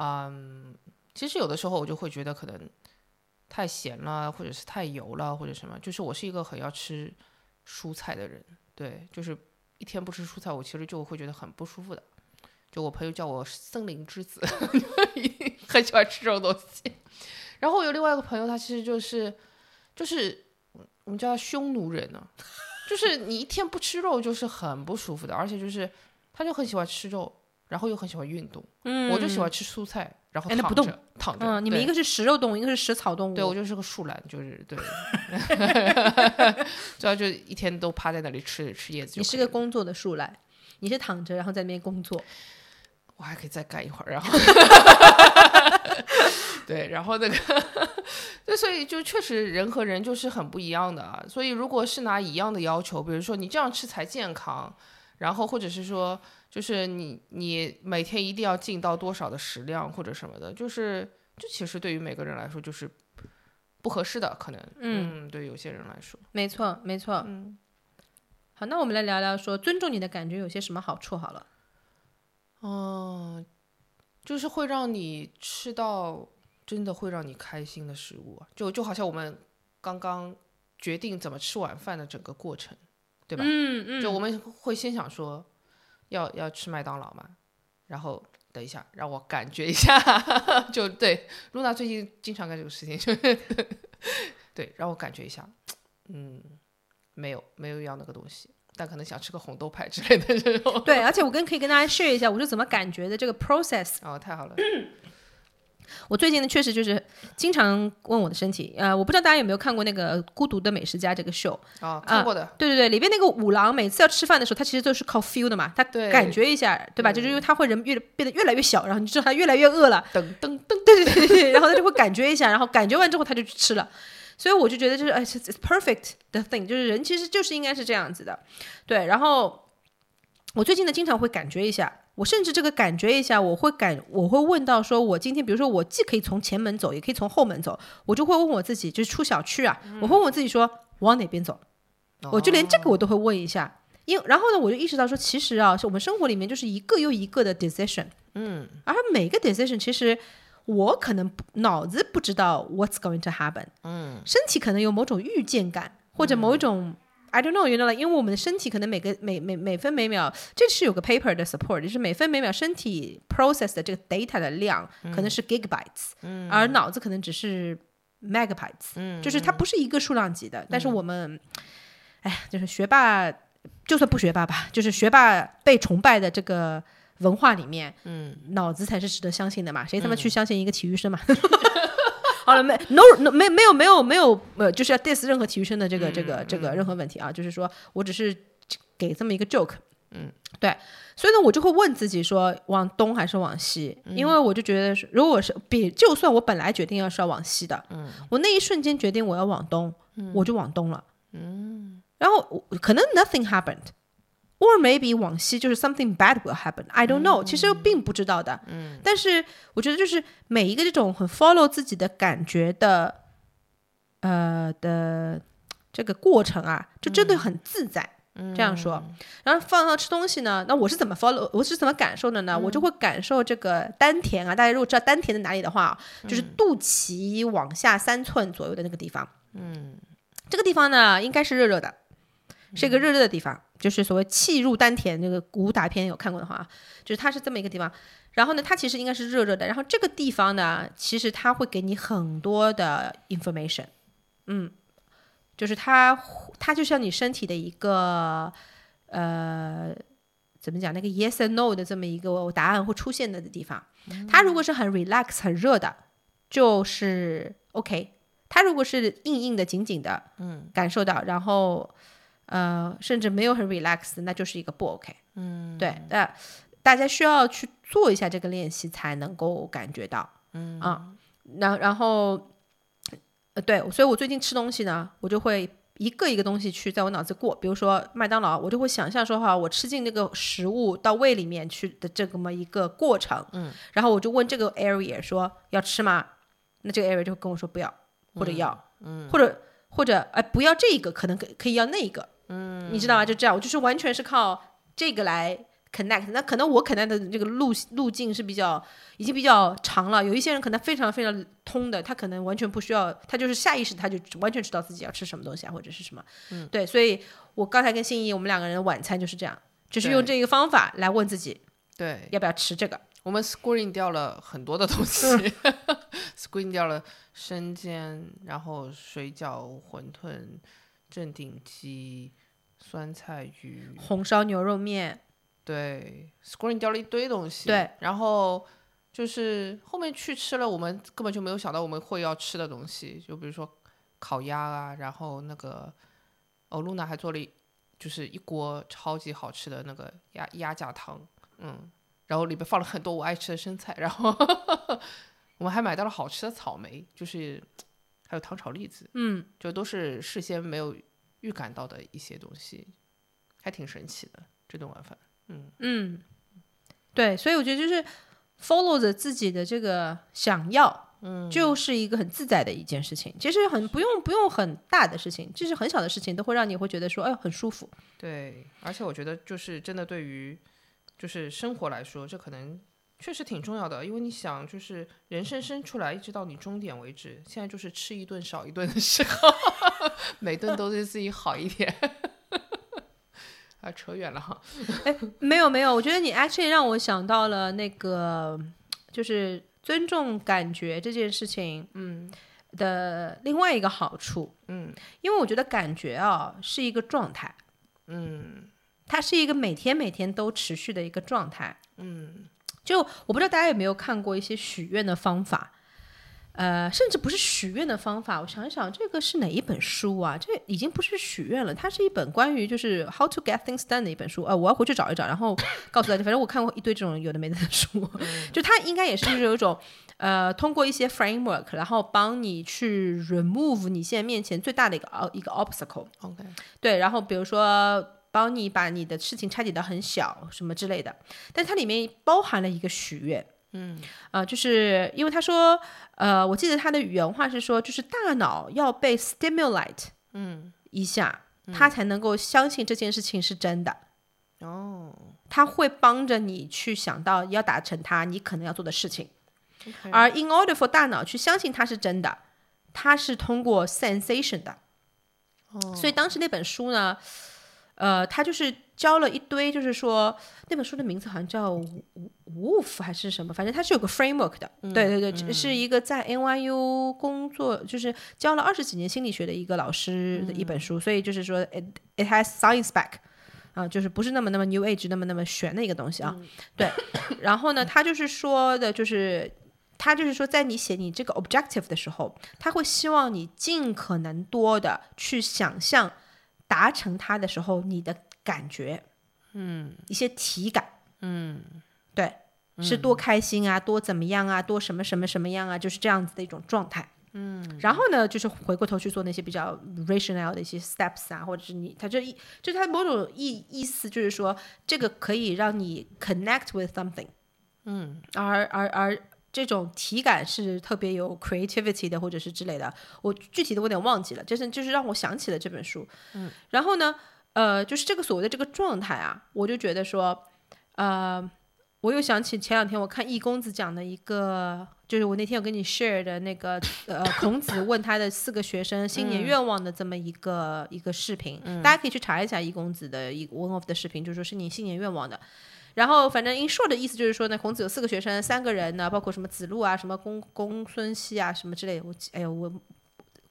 Speaker 1: 嗯，其实有的时候我就会觉得可能太咸了，或者是太油了，或者什么，就是我是一个很要吃蔬菜的人，对，就是一天不吃蔬菜，我其实就会觉得很不舒服的。就我朋友叫我森林之子， 很喜欢吃这种东西。然后我有另外一个朋友，他其实就是就是我们叫他匈奴人呢、就是你一天不吃肉就是很不舒服的，而且就是他就很喜欢吃肉，然后又很喜欢运动，
Speaker 2: 嗯
Speaker 1: 我就喜欢吃蔬菜，然后
Speaker 2: 哎
Speaker 1: 躺
Speaker 2: 那
Speaker 1: 着、
Speaker 2: 不
Speaker 1: 躺着。
Speaker 2: 嗯，你们
Speaker 1: 对
Speaker 2: 一个是食肉动物，一个是食草动物。
Speaker 1: 对我就是个树懒，就是 对， 主要就一天都趴在那里吃吃叶子就可以了。
Speaker 2: 你是个工作的树懒，你是躺着然后在那边工作。
Speaker 1: 我还可以再干一会儿，然后 对，然后那个，对，所以就确实人和人就是很不一样的啊。所以如果是拿一样的要求，比如说你这样吃才健康，然后或者是说就是你你每天一定要进到多少的食量或者什么的，就是这其实对于每个人来说就是不合适的，可能嗯对有些人来说，
Speaker 2: 没错，没错。
Speaker 1: 嗯，
Speaker 2: 好，那我们来聊聊说尊重你的感觉有些什么好处好 了。
Speaker 1: 嗯，就是会让你吃到真的会让你开心的食物啊，就就好像我们刚刚决定怎么吃晚饭的整个过程，对吧？
Speaker 2: 嗯嗯
Speaker 1: 就我们会先想说要要吃麦当劳嘛，然后等一下让我感觉一下， 就对，露娜最近经常干这个事情， 就是对，让我感觉一下，嗯，没有没有要那个东西，但可能想吃个红豆派之类的 这种，
Speaker 2: 对，而且我跟可以跟大家 share 一下，我是怎么感觉的这个 process。
Speaker 1: 哦，太好了，
Speaker 2: 我最近呢，确实就是经常问我的身体。呃，我不知道大家有没有看过那个《孤独的美食家》这个秀？
Speaker 1: 啊，
Speaker 2: 嗯
Speaker 1: 看过的，
Speaker 2: 对对对，里边那个五郎每次要吃饭的时候，他其实都是靠 feel 的嘛，他
Speaker 1: 对
Speaker 2: 感觉一下，对吧？就是因为他会人越变得越来越小，然后你知道他越来越饿了，
Speaker 1: 噔噔噔，
Speaker 2: 对对对对对，然后他就会感觉一下，然后感觉完之后他就去吃了。所以我就觉得就是哎，it's it's perfect 的 thing，就是人其实就是应该是这样子的，对。然后我最近呢，经常会感觉一下，我甚至这个感觉一下，我会感我会问到说，我今天比如说我既可以从前门走，也可以从后门走，我就会问我自己，就是出小区啊，我会问我自己说往哪边走。我就连这个我都会问一下。因然后呢，我就意识到说，其实啊，是我们生活里面就是一个又一个的 decision，嗯，而每个 decision 其实我可能不脑子不知道 what's going to happen，嗯，身体可能有某种预见感或者某一种。I don't know，you know, like, 因为我们的身体可能每个每每每分每秒，这是有个 paper 的 support，就是每分每秒身体 process 的这个 data 的量可能是 gigabytes，、嗯、而脑子可能只是 megabytes，、嗯、就是它不是一个数量级的，但是我们哎，就是学霸，就算不学霸吧，就是学霸被崇拜的这个文化里面，嗯，脑子才是值得相信的嘛，谁他妈去相信一个体育生嘛？ 好了，没 no no 没没有没有没有呃，就是要 diss 任何体育生的这个、这个这个任何问题啊，就是说我只是给这么一个 joke，嗯，对，所以呢，我就会问自己说往东还是往西，因为我就觉得是如果是比就算我本来决定要是要往西的，嗯，我那一瞬间决定我要往东，我就往东了。然后可能 nothing happened。Or maybe 往西就是 something bad will happen. I don't know，、其实并不知道的。嗯，但是我觉得就是每一个这种很 follow 自己的感觉的，呃的这个过程啊，就真的很自在。这样说，然后放到吃东西呢，那我是怎么 follow，我是怎么感受的呢？我就会感受这个丹田啊，大家如果知道丹田在哪里的话啊，就是肚脐往下三寸左右的那个地方。这个地方呢，应该是热热的，是一个热热的地方，就是所谓气入丹田。这个武打片有看过的话啊，就是它是这么一个地方。然后呢，它其实应该是热热的。然后这个地方呢，其实它会给你很多的 information，嗯，就是它它就像你身体的一个呃。怎么讲？那个 yes and no 的这么一个答案会出现的地方，它如果是很 relax 很热的，就是 OK，它如果是硬硬的、紧紧的，嗯，感受到，然后呃，甚至没有很 relax，那就是一个不 OK，嗯，对，那、大家需要去做一下这个练习才能够感觉到，嗯啊，然然后呃，对，所以我最近吃东西呢，我就会。一个一个东西去在我脑子过，比如说麦当劳，我就会想象说哈，我吃进那个食物到胃里面去的这么一个过程，嗯，然后我就问这个 area 说要吃吗？那这个 area 就跟我说不要，或者要，嗯，或者或者哎、不要这个，可能可可以要那个，嗯，你知道吗？就这样，我就是完全是靠这个来 connect。那可能我 connect 的这个路路径是比较已经比较长了，有一些人可能非常非常通的，他可能完全不需要，他就是下意识他就完全知道自己要吃什么东西啊，或者是什么，嗯，对。所以我刚才跟心仪我们两个人的晚餐就是这样，就是用
Speaker 1: 对
Speaker 2: 这个方法来问自己
Speaker 1: 对
Speaker 2: 要不要吃这个。
Speaker 1: 我们 screen 掉了很多的东西 ，screen 掉了生煎，然后水饺、馄饨、正鼎鸡、酸菜鱼，
Speaker 2: 红烧牛肉面，
Speaker 1: 对，screen 掉了一堆东西。
Speaker 2: 对，
Speaker 1: 然后就是后面去吃了我们根本就没有想到我们会要吃的东西，就比如说烤鸭啊，然后那个欧露娜还做了一就是一锅超级好吃的那个鸭鸭架汤，嗯，然后里边放了很多我爱吃的生菜，然后 我们还买到了好吃的草莓，就是还有糖炒栗子，
Speaker 2: 嗯，
Speaker 1: 就都是事先没有预感到的一些东西，还挺神奇的这顿晚饭。
Speaker 2: 嗯，对，所以我觉得就是 follow 着自己的这个想要，嗯，就是一个很自在的一件事情。其实很不用不用很大的事情，就是很小的事情都会让你会觉得说，哎呦，很舒服。
Speaker 1: 对，而且我觉得就是真的对于就是生活来说，这可能确实挺重要的，因为你想，就是人生生出来一直到你终点为止，现在就是吃一顿少一顿的时候， 每顿都对自己好一点。 啊，扯远了哈。
Speaker 2: 没有没有，我觉得你 actually 让我想到了那个，就是尊重感觉这件事情，嗯，的另外一个好处，嗯，因为我觉得感觉啊是一个状态，嗯，它是一个每天每天都持续的一个状态，嗯，就我不知道大家有没有看过一些许愿的方法，呃，甚至不是许愿的方法。我想一想，这个是哪一本书啊？这已经不是许愿了，它是一本关于就是 how to get things done 的一本书。呃，我要回去找一找，然后告诉大家。反正我看过一堆这种有的没的书，就它应该也是就是有一种呃，通过一些 framework，然后帮你去 remove 你现在面前最大的一个呃一个 obstacle。
Speaker 1: OK，
Speaker 2: 对，然后比如说帮你把你的事情拆解到很小什么之类的，但它里面包含了一个许愿，嗯，啊、就是因为他说，呃，我记得他的原话是说，就是大脑要被 stimulate，嗯，一下，他才能够相信这件事情是真的。
Speaker 1: 哦
Speaker 2: 他会帮着你去想到要达成它，你可能要做的事情。
Speaker 1: ，OK，
Speaker 2: 而 in order for 大脑去相信它是真的，它是通过 sensation 的。
Speaker 1: 哦，
Speaker 2: 所以当时那本书呢，呃，他就是教了一堆，就是说那本书的名字好像叫 Wolf 还是什么，反正它是有个 framework 的。对对对，这是一个在 NYU 工作，就是教了二十几年心理学的一个老师的一本书，所以就是说 it it has science back。啊、就是不是那么那么 New Age 那么那么玄的一个东西啊，对。然后呢，他就是说的，就是他就是说，在你写你这个 objective 的时候，他会希望你尽可能多的去想象达成它的时候你的感觉，嗯，一些体感，嗯，对，是多开心啊，多怎么样啊，多什么什么什么样啊，就是这样子的一种状态。嗯，然后呢，就是回过头去做那些比较 rational 的一些 steps 啊，或者是你，他这一，就他某种意意思就是说，这个可以让你 connect with something，嗯，而而而这种体感是特别有 creativity 的，或者是之类的。我具体的我有点忘记了，就是就是让我想起了这本书。嗯，然后呢，呃，就是这个所谓的这个状态啊，我就觉得说，呃，我又想起前两天我看易公子讲的一个，就是我那天有跟你 share 的那个，呃，孔子问他的四个学生新年愿望的这么一个、一个视频，大家可以去查一下易公子的一 one of 的视频，就是说是你新年愿望的。然后反正 in short 的意思就是说呢，孔子有四个学生，三个人呢，包括什么子路啊、什么公公孙熙啊、什么之类的。我记哎呦，我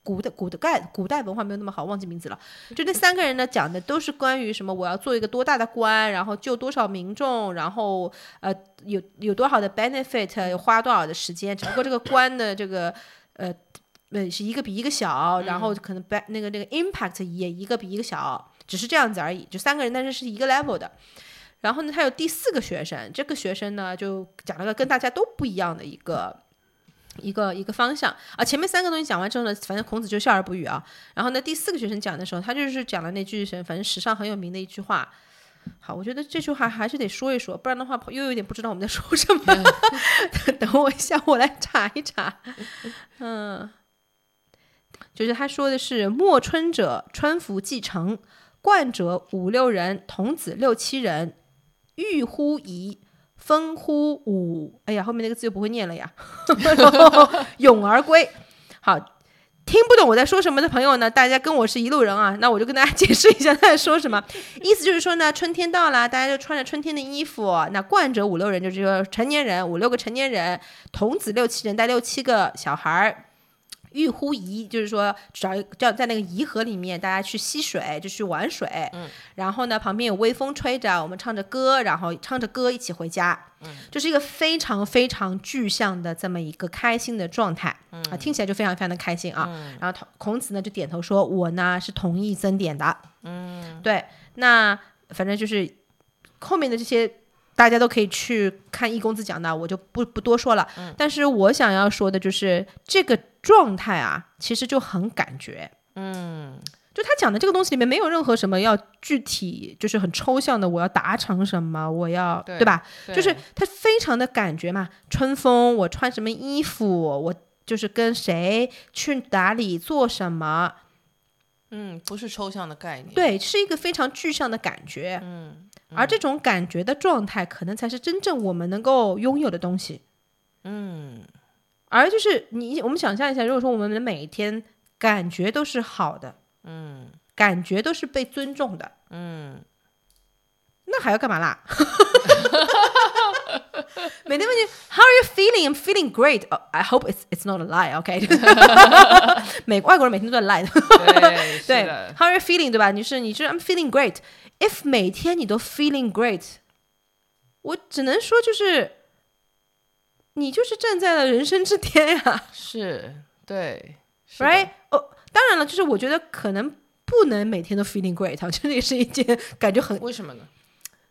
Speaker 2: 古的古的概古代文化没有那么好，忘记名字了。就那三个人呢，讲的都是关于什么，我要做一个多大的官，然后救多少民众，然后呃有有多少的 benefit，花多少的时间。只不过这个官的这个呃呃是一个比一个小，然后可能 ben 那个那个 impact 也一个比一个小，只是这样子而已。就三个人，但是是一个 level 的。然后呢，他有第四个学生，这个学生呢就讲了个跟大家都不一样的一个一个一个方向啊。前面三个东西讲完之后呢，反正孔子就笑而不语啊。然后呢，第四个学生讲的时候，他就是讲了那句什么，反正史上很有名的一句话。好，我觉得这句话还是得说一说，不然的话又有点不知道我们在说什么。 等我一下，我来查一查。嗯，就是他说的是“莫春者，春服既成；冠者五六人，童子六七人，欲乎夷，风乎舞。哎呀，后面那个字就不会念了呀。 咏而归。好，听不懂我在说什么的朋友呢，大家跟我是一路人啊，那我就跟大家解释一下他在说什么。意思就是说呢，春天到了，大家就穿着春天的衣服。那冠者五六人，就是说成年人五六个成年人，童子六七人带六七个小孩儿。欲乎颐，就是说找一叫在那个颐和里面，大家去吸水，就去玩水。嗯，然后呢，旁边有微风吹着，我们唱着歌，然后唱着歌一起回家。嗯，就是一个非常非常具象的这么一个开心的状态。嗯啊，听起来就非常非常的开心啊。然后孔子呢就点头说：“我呢是同意增点的。”嗯，对，那反正就是后面的这些。大家都可以去看易公子讲的，我就不不多说了。但是我想要说的就是这个状态啊，其实就很感觉，嗯，就他讲的这个东西里面没有任何什么要具体，就是很抽象的，我要达成什么，我要
Speaker 1: 对
Speaker 2: 吧？
Speaker 1: 对
Speaker 2: 就是他非常的感觉嘛，春风，我穿什么衣服，我就是跟谁去哪里做什么，
Speaker 1: 嗯，不是抽象的概念，
Speaker 2: 对，是一个非常具象的感觉，嗯，而这种感觉的状态，可能才是真正我们能够拥有的东西，嗯，而就是你，我们想象一下，如果说我们的每一天感觉都是好的，嗯，感觉都是被尊重的，嗯，那还要干嘛啦？ 每天问你 How are you feeling? I'm feeling great. Oh, I hope it's it's not a lie. OK，美外国人每天都在 lie 的。
Speaker 1: 对是
Speaker 2: 对
Speaker 1: 的
Speaker 2: ，How are you feeling？对吧？你是你是 I'm feeling great。If 每天你都 feeling great，我只能说就是你就是站在了人生之巅呀、
Speaker 1: 是，对 是的
Speaker 2: right？哦，当然了，就是我觉得可能不能每天都 feeling great，啊，这也是一件感觉很
Speaker 1: 为什么呢？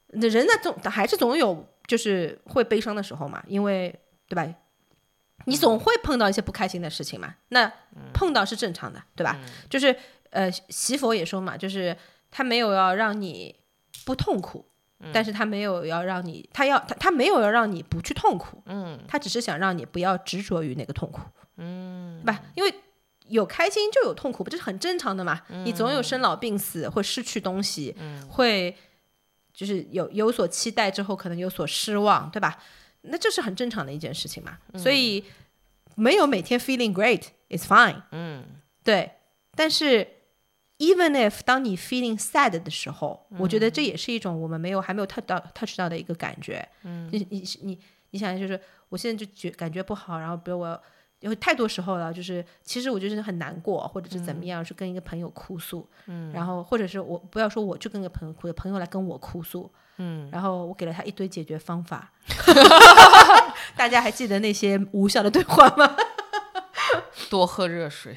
Speaker 2: 人呢总还是总有就是会悲伤的时候嘛，因为对吧？你
Speaker 1: 嗯
Speaker 2: 总会碰到一些不开心的事情嘛，那碰到是正常的，对
Speaker 1: 嗯
Speaker 2: 吧？就是呃，习佛也说嘛，就是他没有要让你不痛苦，
Speaker 1: 嗯
Speaker 2: 但是他没有要让你，他要他他没有要让你不去痛苦，
Speaker 1: 嗯
Speaker 2: 他只是想让你不要执着于那个痛苦，
Speaker 1: 嗯，
Speaker 2: 对吧？因为有开心就有痛苦，不这是很正常的嘛？
Speaker 1: 嗯
Speaker 2: 你总有生老病死，会失去东西，会就是有有所期待之后，可能有所失望，对吧？那这是很正常的一件事情嘛。所以没有每天 feeling great，it's fine。
Speaker 1: 嗯
Speaker 2: 对，但是 even if 当你 feeling sad 的时候，我觉得这也是一种我们没有还没有 touch 到 touch 到的一个感觉。嗯，你你你你想就是我现在就觉感觉不好，然后比如我有太多时候了，就是其实我就是很难过，或者是怎么样，去跟一个朋友哭诉，嗯，然后或者是我不要说我去跟个朋友哭，朋友来跟我哭诉，
Speaker 1: 嗯，
Speaker 2: 然后我给了他一堆解决 方法。大家还记得那些无效的对话吗？
Speaker 1: 多喝热 水。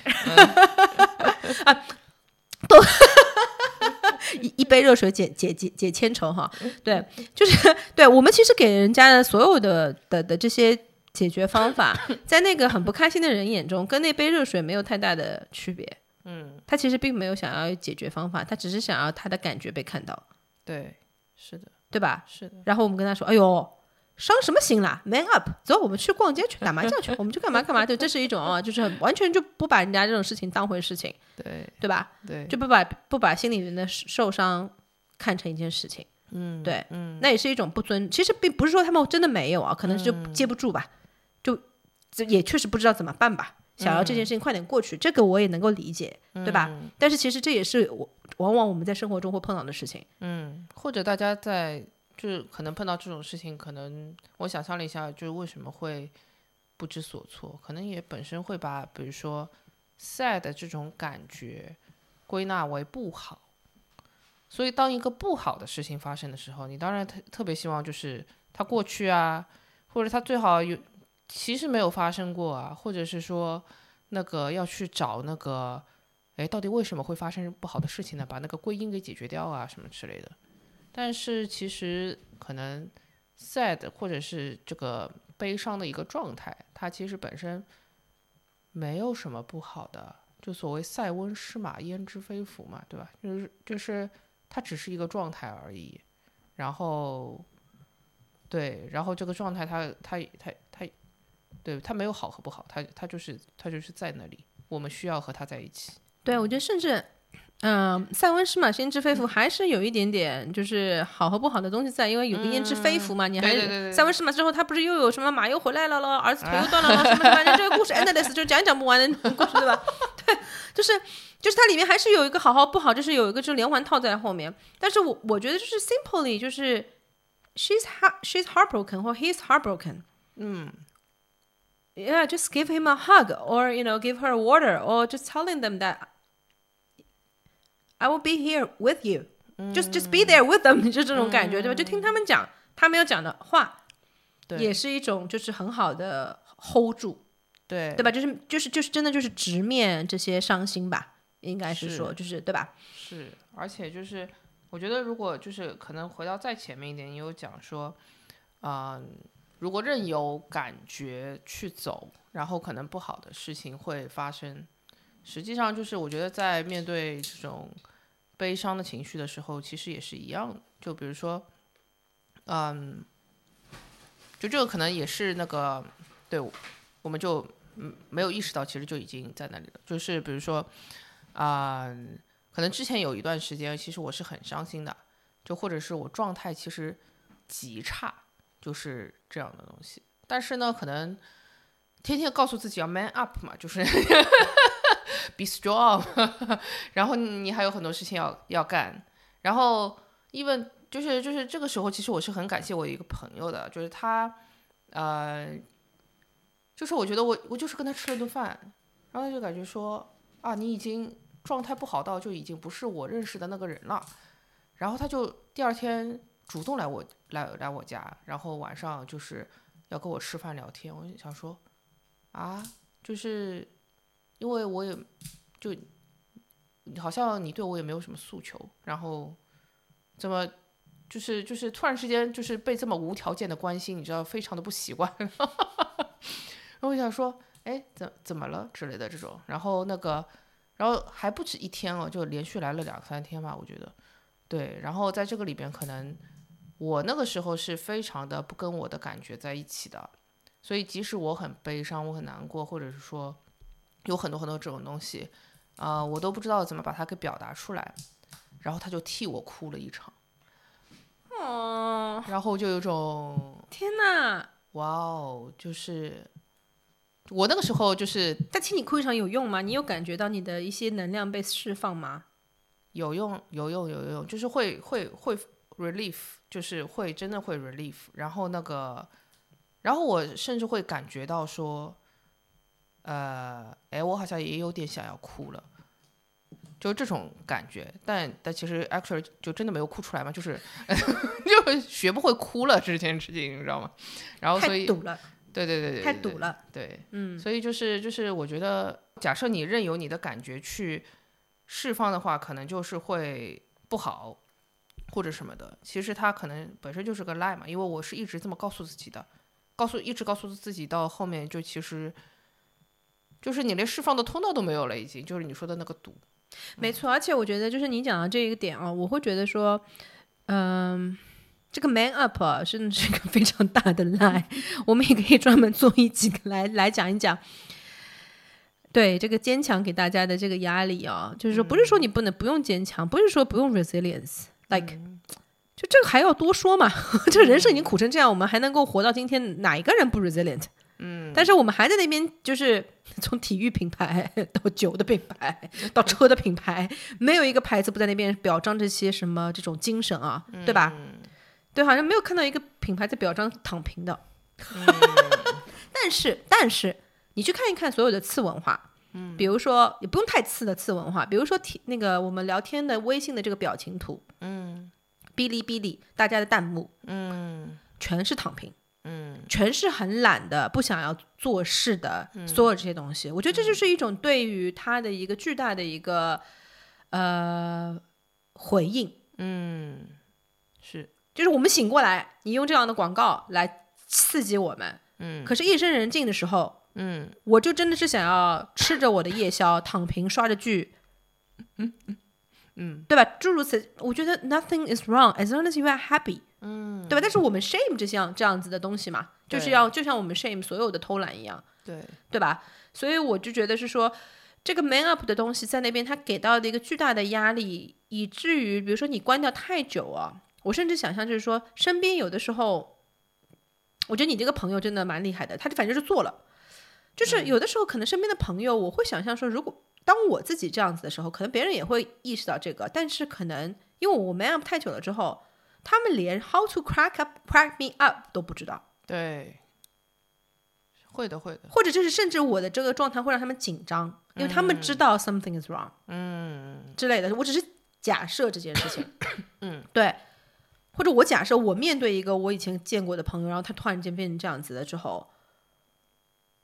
Speaker 2: 一一杯热水解解解解千愁哈，
Speaker 1: 嗯
Speaker 2: 对，就是对我们其实给人家的所有的的的这些解决 方法，在那个很不开心的人眼中，跟那杯热水没有太大的区别。
Speaker 1: 嗯，
Speaker 2: 他其实并没有想要解决方法，他只是想要他的感觉被看到，
Speaker 1: 对，是的，
Speaker 2: 对吧？
Speaker 1: 是的，
Speaker 2: 然后我们跟他说：“哎呦，伤什么心啦？Man up，走，我们去逛街去，打麻将去，我们去干嘛干嘛。”对，这是一种啊，就是很完全就不把人家这种事情当回事情，
Speaker 1: 对
Speaker 2: 对吧？
Speaker 1: 对，
Speaker 2: 就不把不把心里人的受伤看成一件事情。
Speaker 1: 嗯，
Speaker 2: 对
Speaker 1: 嗯，
Speaker 2: 那也是一种不尊。其实并不是说他们真的没有啊，可能是
Speaker 1: 嗯
Speaker 2: 就接不住吧，就就也确实不知道怎么办吧，
Speaker 1: 嗯
Speaker 2: 想要这件事情快点过去，这个我也能够理解，对吧？但是其实这也是我往往我们在生活中会碰到的事情。
Speaker 1: 嗯，或者大家在就是可能碰到这种事情，可能我想象了一下，就是为什么会不知所措，可能也本身会把比如说 sad 这种感觉归纳为不好。所以，当一个不好的事情发生的时候，你当然特特别希望就是它过去啊，或者它最好有其实没有发生过啊，或者是说那个要去找那个，哎，到底为什么会发生不好的事情呢？把那个归因给解决掉啊，什么之类的。但是其实可能 sad 或者是这个悲伤的一个状态，它其实本身没有什么不好的，就所谓塞翁失马焉知非福嘛，对吧？就是就是它只是一个状态而已，然后。对，然后这个状态它，它它它对，它没有好和不好，它它就是它就是在那里，我们需要和它在一起。
Speaker 2: 对我觉得甚至。嗯，塞翁失马，焉知非
Speaker 1: 嗯
Speaker 2: 福，还是有一点点就是好和不好的东西在，因为有个焉知非福嘛，你
Speaker 1: 嗯
Speaker 2: 还
Speaker 1: 对对对对
Speaker 2: 塞翁失马之后，他不是又有什么马又回来了咯，儿子腿又断了咯，什么的，反正这个故事 endless 就讲讲不完的故事，对吧？对，就是就是它里面还是有一个好好不好，就是有一个就是连环套在后面。但是我我觉得就是 simply 就是 she's ha she's heartbroken 或 he's heartbroken。嗯。Yeah, just give him a hug, or you know, give her water, or just telling them that I will be here with you，、just just be there with them，就这种感觉，对吧？就听他们讲他们要讲的话，
Speaker 1: 对
Speaker 2: 也是一种就是很好的 hold 住，
Speaker 1: 对
Speaker 2: 对吧？就是就是就是真的就是直面这些伤心吧，应该是
Speaker 1: 是
Speaker 2: 说就是对吧？
Speaker 1: 是，而且就是我觉得，如果就是可能回到再前面一点，你有讲说，嗯、如果任由感觉去走，然后可能不好的事情会发生。实际上就是我觉得在面对这种悲伤的情绪的时候，其实也是一样的。就比如说，嗯，就这个可能也是那个，对，我们就嗯没有意识到，其实就已经在那里了。就是比如说，啊、可能之前有一段时间，其实我是很伤心的，就或者是我状态其实极差，就是这样的东西。但是呢，可能天天告诉自己要 man up 嘛，就是 be strong，然 后你还有很多事情要要干，然后 even 就是就是这个时候，其实我是很感谢我的一个朋友的，就是他，呃，就是我觉得我我就是跟他吃了顿饭，然后他就感觉说啊，你已经状态不好到就已经不是我认识的那个人了。然后他就第二天主动来我来来我家，然后晚上就是要跟我吃饭聊天，我就想说，啊，就是因为我也就好像你对我也没有什么诉求，然后怎么就是就是突然之间就是被这么无条件的关心，你知道，非常的不习惯。 然后我想说，哎，怎怎么了之类的这种，然后那个，然后还不止一天哦，就连续来了两三天吧，我觉得，对，然后在这个里边可能。我那个时候是非常的不跟我的感觉在一起的，所以即使我很悲伤，我很难过，或者是说有很多很多这种东西，啊、我都不知道怎么把它给表达出来，然后他就替我哭了一场，
Speaker 2: 哦，
Speaker 1: 然后就有种
Speaker 2: 天哪！
Speaker 1: 哇哦，就是我那个时候就是
Speaker 2: 但听你哭一场有用吗？你有感觉到你的一些能量被释放吗？
Speaker 1: 有用，有用，有用，就是会会会 relief，就是会真的会 relief。然后那个，然后我甚至会感觉到说，呃，哎，我好像也有点想要哭了，就这种感觉。但但其实 actually 就真的没有哭出来嘛，就是 就学不会哭了这件事情，你知道吗？然哦后所
Speaker 2: 太
Speaker 1: 以
Speaker 2: 堵了，
Speaker 1: 对对对对，
Speaker 2: 太
Speaker 1: 对
Speaker 2: 堵，了。
Speaker 1: 对对。
Speaker 2: 嗯，
Speaker 1: 所以就是就是，我觉得，假设你任由你的感觉去释放的话，可能就是会不好或者什么的。其实它可能本身就是个 lie 嘛，因为我是一直这么告诉自己的，告诉一直告诉自己，到后面就其实就是你连释放的通道都没有了，已经就是你说的那个堵。
Speaker 2: 没错。而且我觉得，就是你讲的这一个点啊，我会觉得说，嗯、这个 man up 啊，真的是一个非常大的 lie，我们也可以专门做一集来来讲一讲。对这个坚强给大家的这个压力啊，就是说不是说你不能不用坚强，不是说不用 resilience，like、就这个还要多说嘛？ 这个人生已经苦成这样，我们还能够活到今天，哪一个人不 resilient？嗯，但是我们还在那边，就是从体育品牌 到酒的品牌到车的品牌，没有一个牌子不在那边表彰这些什么这种精神啊，对吧？对，好像没有看到一个品牌在表彰躺平的。嗯 但是，但是你去看一看所有的次文化，嗯，比如说也不用太次的次文化，比如说体那个我们聊天的微信的这个表情图，嗯，哔哩哔哩大家的弹幕，嗯，全是躺平，嗯，全是很懒的，不想要做事的，所有这些东西，我觉得这就是一种对于他的一个巨大的一个呃回应，
Speaker 1: 嗯，是，
Speaker 2: 就是我们醒过来，你用这样的广告来刺激我们，
Speaker 1: 嗯
Speaker 2: 可是夜深人静的时候。
Speaker 1: 嗯
Speaker 2: 我就真的是想要吃着我的夜宵，躺平刷着剧，
Speaker 1: 嗯
Speaker 2: 对吧？诸如此，我觉得 nothing is wrong as long as you are happy，
Speaker 1: 嗯，
Speaker 2: 对吧？但是我们 shame 这项这样子的东西嘛，就是
Speaker 1: 对
Speaker 2: 要就像我们 shame 所有的偷懒一样，
Speaker 1: 对，
Speaker 2: 对吧？所以我就觉得是说，这个 man up 的东西在那边，它给到的一个巨大的压力，以至于比如说你关掉太久啊，我甚至想象就是说，身边有的时候，我觉得你这个朋友真的蛮厉害的，他就反正就是做了，就是有的时候可能身边的朋友，我会想象说，如果当我自己这样子的时候，可能别人也会意识到这个，但是可能因为我 man up 太久了之后，他们连 how to crack up crack me up 都不知道。
Speaker 1: 对，会的，会的，
Speaker 2: 或者就是甚至我的这个状态会让他们紧张，因为他们知道 something is wrong，嗯之类的。我只是假设这件事情， 嗯，对。或者我假设我面对一个我以前见过的朋友，然后他突然间变成这样子了之后，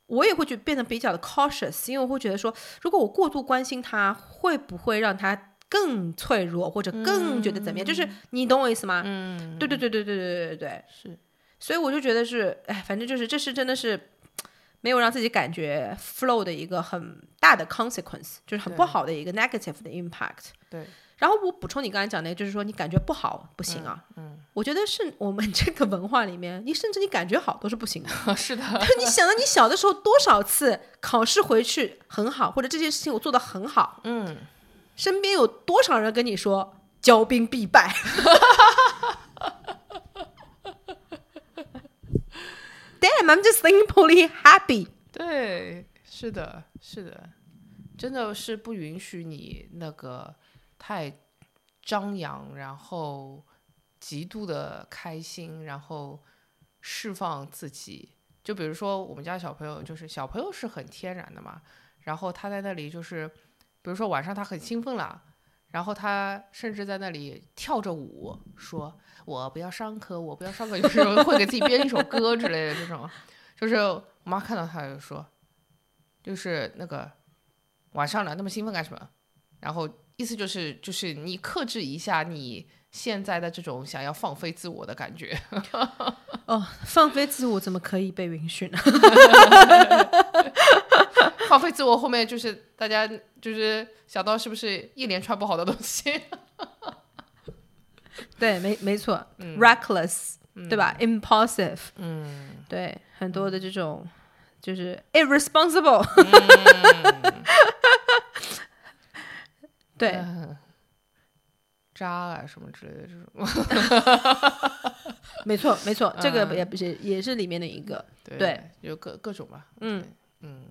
Speaker 2: 我也会去变得比较的 cautious，因为我会觉得说，如果我过度关心他，会不会让他更脆弱，或者更觉得怎么样？就是你懂我意思吗？嗯，对对对对对对对对对。
Speaker 1: 是，
Speaker 2: 所以我就觉得是，哎，反正就是这是真的是没有让自己感觉 flow 的一个很大的 consequence，就是很
Speaker 1: 对
Speaker 2: 不好的一个 negative 的 impact。
Speaker 1: 对，
Speaker 2: 然后我补充你刚才讲的，就是说你感觉不好不行啊，嗯，我觉得是我们这个文化里面，你甚至你感觉好都是不行的。
Speaker 1: 是的，
Speaker 2: 就你想到你小的时候多少次考试回去很好，或者这件事情我做得很好，嗯，身边有多少人跟你说骄兵必 败？Damn, I'm just simply happy。
Speaker 1: 对，是的，是的，真的是不允许你那个太张扬，然后极度的开心，然后释放自己。就比如说我们家小朋友，就是小朋友是很天然的嘛，然后他在那里就是，比如说晚上他很兴奋啦，然后他甚至在那里跳着舞说：“我不要上课，我不要上课。”就是会给自己编一首歌之类的这种。就是我妈看到他就说：“就是那个晚上了，那么兴奋干什么？”然后意思就是就是你克制一下你现在的这种想要放飞自我的感觉。
Speaker 2: 哦，放飞自我怎么可以被允许呢？
Speaker 1: 放飞自我后面就是大家就是想到是不是一连串不好的东西？
Speaker 2: 对，没没错、r e c k l e s s 对吧？impulsive，
Speaker 1: 嗯，
Speaker 2: 对，很多的这种就是 irresponsible，对，
Speaker 1: 渣啊什么之类的这种。
Speaker 2: 没错没错，这个也不是也是里面的一个，
Speaker 1: 对，
Speaker 2: 对
Speaker 1: 有各各种吧，
Speaker 2: 嗯
Speaker 1: 对嗯，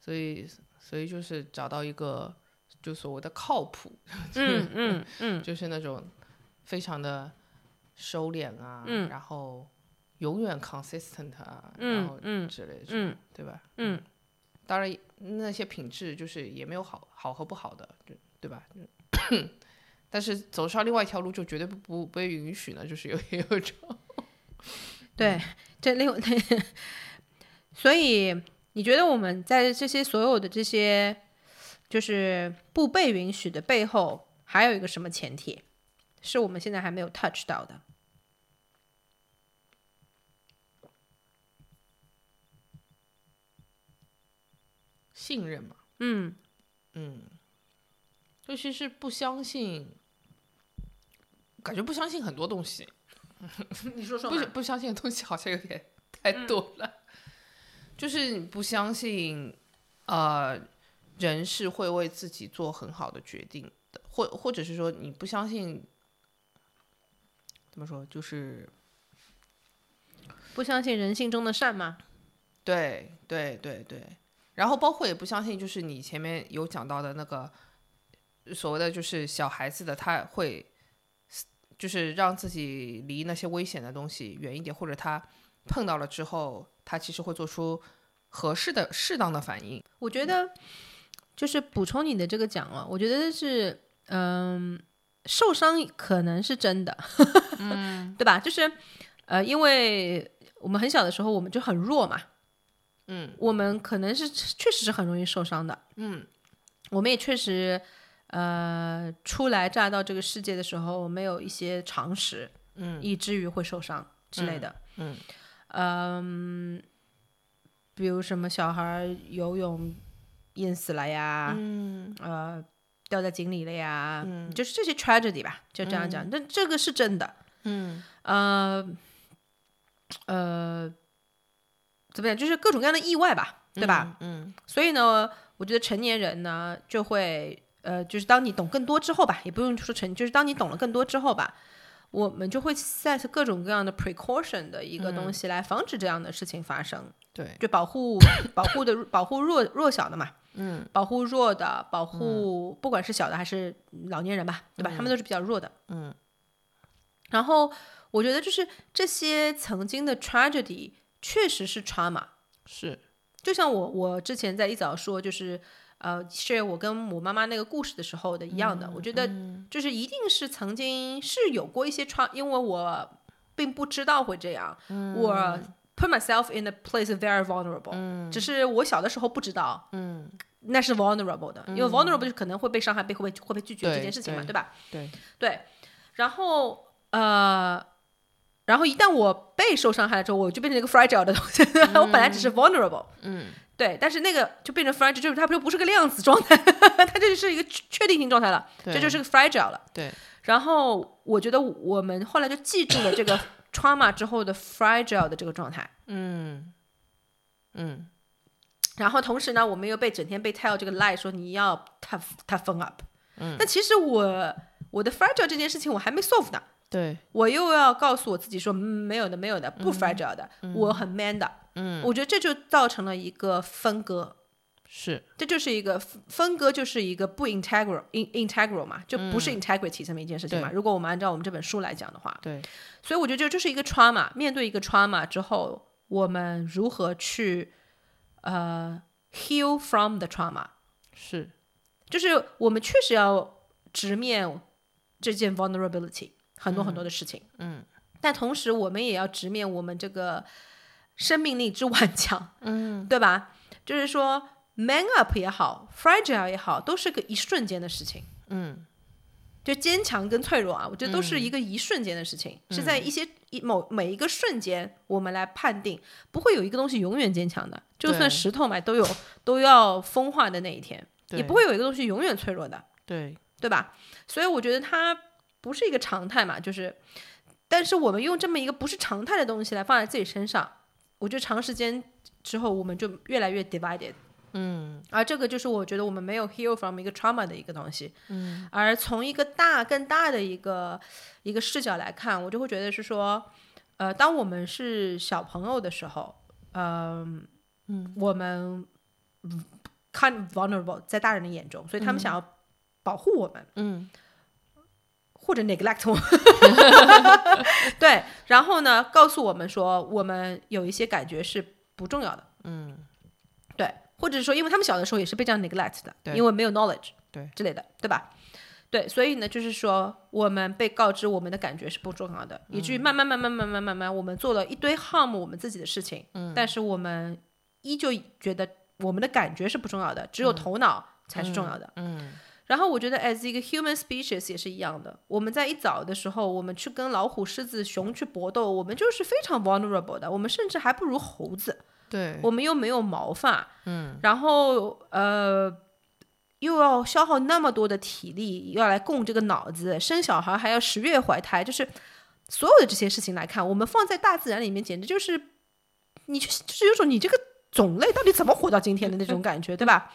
Speaker 1: 所以所以就是找到一个就所谓的靠谱，
Speaker 2: 嗯嗯嗯，
Speaker 1: 就是那种非常的收敛啊，
Speaker 2: 嗯
Speaker 1: 然后永远 consistent 啊，然后
Speaker 2: 嗯嗯
Speaker 1: 之类的，
Speaker 2: 嗯
Speaker 1: 对吧？
Speaker 2: 嗯，
Speaker 1: 当然那些品质就是也没有好好和不好的，就对吧？就 但是走上另外一条路就绝对不不被允许呢，就是有也有一种
Speaker 2: 对，这另 所以你觉得我们在这些所有的这些就是不被允许的背后，还有一个什么前提，是我们现在还没有 touch 到的？
Speaker 1: 信任嘛。
Speaker 2: 嗯
Speaker 1: 嗯，尤其是不相信，感觉不相信很多东西，
Speaker 2: 你说说嗯
Speaker 1: 不不相信的东西好像有点太多了，就是你不相信，呃，人是会为自己做很好的决定的，或或者是说你不相信，怎么说，就是
Speaker 2: 不相信人性中的善吗？
Speaker 1: 对对对对，然后包括也不相信，就是你前面有讲到的那个所谓的就是小孩子的，他会就是让自己离那些危险的东西远一点，或者他碰到了之后，他其实会做出合适的、适当的反应。
Speaker 2: 我觉得就是补充你的这个讲了，我觉得是嗯，受伤可能是真的， 嗯，对吧？就是呃，因为我们很小的时候我们就很弱嘛，
Speaker 1: 嗯
Speaker 2: 我们可能是确实是很容易受伤的，
Speaker 1: 嗯
Speaker 2: 我们也确实呃初来乍到这个世界的时候没有一些常识，
Speaker 1: 嗯
Speaker 2: 以至于会受伤之类的，
Speaker 1: 嗯
Speaker 2: 嗯，比如什么小孩儿游泳淹死了呀，
Speaker 1: 嗯
Speaker 2: 呃，掉在井里了呀，
Speaker 1: 嗯
Speaker 2: 就是这些 tragedy 吧，就这样讲。但这个是真的，
Speaker 1: 嗯
Speaker 2: 呃呃，怎么讲，就是各种各样的意外吧，对吧？？
Speaker 1: 嗯
Speaker 2: 所以呢，我觉得成年人呢就会呃，就是当你懂更多之后吧，也不用说成，就是当你懂了更多之后吧，我们就会 set 各种各样的 precaution 的一个
Speaker 1: 嗯
Speaker 2: 东西来防止这样的事情发生，
Speaker 1: 对，
Speaker 2: 就保 护保护的保护弱弱小的嘛，
Speaker 1: 嗯
Speaker 2: 保护弱的，保护不管是小的还是老年人吧，对吧？他们都是比较弱的。
Speaker 1: 嗯
Speaker 2: 然后我觉得就是这些曾经的 tragedy 确实是 trauma，
Speaker 1: 是
Speaker 2: 就像我我之前在一早说，就是呃，share 我跟我妈妈那个故事的时候的一
Speaker 1: 嗯
Speaker 2: 样的，我觉得就是一定是曾经是有过一些创，因为我并不知道会这样，
Speaker 1: 嗯
Speaker 2: 我 put myself in a place very vulnerable，、只
Speaker 1: 嗯
Speaker 2: 是我小的时候不知道，嗯，那是 vulnerable 的，因为 vulnerable 就可能会被伤害，被会被会被拒绝
Speaker 1: 对
Speaker 2: 这件事情嘛，
Speaker 1: 嗯对
Speaker 2: 对吧？
Speaker 1: 对，
Speaker 2: 对，然后呃，然后一旦我被受伤害了之后，我就变成一个 fragile 的东西。 我本来只是 vulnerable，
Speaker 1: 嗯
Speaker 2: 对，但是那个就变成 fragile，就是它就不是个量子状态， 它就是一个确确定性状态了，
Speaker 1: 对
Speaker 2: 这就是个 fragile 了。
Speaker 1: 对，
Speaker 2: 然后我觉得我们后来就记住了这个 trauma 之后的 fragile 的这个状态。
Speaker 1: 嗯嗯
Speaker 2: 然后同时呢，我们又被整天被 tell 这个 lie 说你要 tough toughen up，
Speaker 1: 嗯
Speaker 2: 但其实我我的 fragile 这件事情我还没 solve 呢，
Speaker 1: 对，
Speaker 2: 我又要告诉我自己说，嗯没有的，没有的，不 fragile 的，我很 man 的。
Speaker 1: 嗯
Speaker 2: 我觉得这就造成了一个分割，
Speaker 1: 是
Speaker 2: 这就是一个分分割，就是一个不 integral in integral 嘛，就不是 integrity 这么一件事情嘛。如果我们按照我们这本书来讲的话，
Speaker 1: 对，
Speaker 2: 所以我觉得这就是一个 trauma。面对一个 trauma 之后，我们如何去呃 heal from the trauma，
Speaker 1: 是
Speaker 2: 就是我们确实要直面这件 vulnerability，很多很多的事情。
Speaker 1: 嗯
Speaker 2: 但同时，我们也要直面我们这个生命力之顽强，
Speaker 1: 嗯
Speaker 2: 对吧？就是说，man up 也好，fragile 也好，都是个一瞬间的事情。
Speaker 1: 嗯
Speaker 2: 就坚强跟脆弱啊，我觉得都是一个一瞬间的事情，是
Speaker 1: 嗯
Speaker 2: 在一些一某每一个瞬间，我们来判定，不会有一个东西永远坚强的，就
Speaker 1: 对
Speaker 2: 算石头嘛，都有都要风化的那一天，
Speaker 1: 对
Speaker 2: 也不会有一个东西永远脆弱的，
Speaker 1: 对
Speaker 2: 对吧？所以我觉得它不是一个常态嘛，就是，但是我们用这么一个不是常态的东西来放在自己身上，我觉得长时间之后，我们就越来越 divided。
Speaker 1: 嗯
Speaker 2: 而这个就是我觉得我们没有 heal from 一个 trauma 的一个东西，嗯，而从一个大更大的一个一个视角来看，我就会觉得是说，呃，当我们是小朋友的时候，嗯、嗯，我们嗯 kind of vulnerable 在大人的眼中，所以他们想要保护我们，
Speaker 1: 嗯
Speaker 2: 或者 neglect 我们，对，然后呢，告诉我们说我们有一些感觉是不重要的，
Speaker 1: 嗯
Speaker 2: 对，或者说因为他们小的时候也是被这样 neglect
Speaker 1: 对
Speaker 2: 的，因为没有 knowledge，
Speaker 1: 对
Speaker 2: 之类的，对吧？对，所以呢，就是说我们被告知我们的感觉是不重要的，以至于慢慢慢慢慢慢慢慢，我们做了一堆 harm 我们自己的事情，嗯，但是我们依旧觉得我们的感觉是不重要的，只有头脑才是重要的。
Speaker 1: 嗯
Speaker 2: 然后我觉得，as 一个 human species 也是一样的。我们在一早的时候，我们去跟老虎、狮子、熊去搏斗，我们就是非常 vulnerable 的，我们甚至还不如猴子。
Speaker 1: 对
Speaker 2: 我们又没有毛发，
Speaker 1: 嗯，
Speaker 2: 然后呃，又要消耗那么多的体力，要来供这个脑子，生小孩还要十月怀胎，就是所有的这些事情来看，我们放在大自然里面，简直就是你去，就是有种你这个种类到底怎么活到今天的那种感觉，对吧？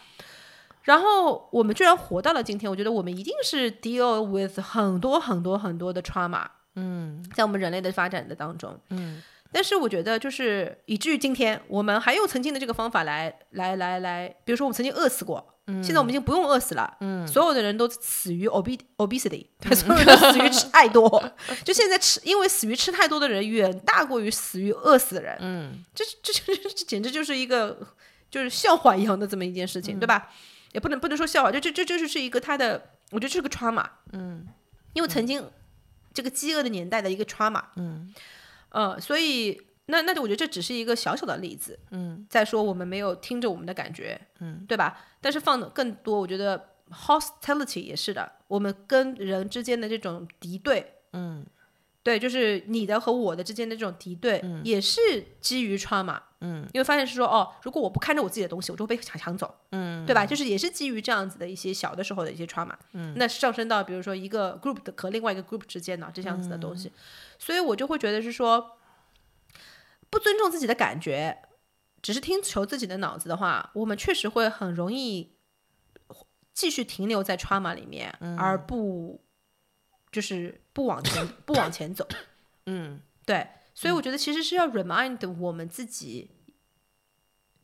Speaker 2: 然后我们居然活到了今天，我觉得我们一定是 deal with 很多很多很多的 trauma，
Speaker 1: 嗯
Speaker 2: 在我们人类的发展的当中，
Speaker 1: 嗯
Speaker 2: 但是我觉得，就是以至于今天，我们还用曾经的这个方法来来来来，比如说我们曾经饿死过，
Speaker 1: 嗯
Speaker 2: 现在我们已经不用饿死了，
Speaker 1: 嗯
Speaker 2: 所有的人都死于 obe obesity，对，所有人都死于吃太多。就现在吃，因为死于吃太多的人远大过于死于饿死的人，
Speaker 1: 嗯
Speaker 2: 这这这这这简直就是一个就是笑话一样的这么一件事情，对吧？
Speaker 1: 嗯
Speaker 2: 也不能不能说笑话，就这这这就是一个他的，我觉得这是个 trauma，
Speaker 1: 嗯
Speaker 2: 因为曾经这个饥饿的年代的一个 trauma，
Speaker 1: 嗯
Speaker 2: 呃，所以那那就我觉得这只是一个小小的例子，
Speaker 1: 嗯
Speaker 2: 再说我们没有听着我们的感觉，
Speaker 1: 嗯，
Speaker 2: 对吧？但是放的更多，我觉得 hostility 也是的，我们跟人之间的这种敌对，
Speaker 1: 嗯
Speaker 2: 对，就是你的和我的之间的这种敌对，也是基于 trauma。
Speaker 1: 嗯，
Speaker 2: 因为发现是说，哦，如果我不看着我自己的东西，我就会被抢抢走，
Speaker 1: 嗯，
Speaker 2: 对吧？就是也是基于这样子的一些小的时候的一些 trauma，嗯，那上升到比如说一个 group 的和另外一个 group 之间呢，这样子的东西，所以我就会觉得是说，不尊重自己的感觉，只是听求自己的脑子的话，我们确实会很容易继续停留在 trauma 里面，而不就是不往前不往前走。
Speaker 1: 嗯
Speaker 2: 对，所以我觉得其实是要 remind 我们自己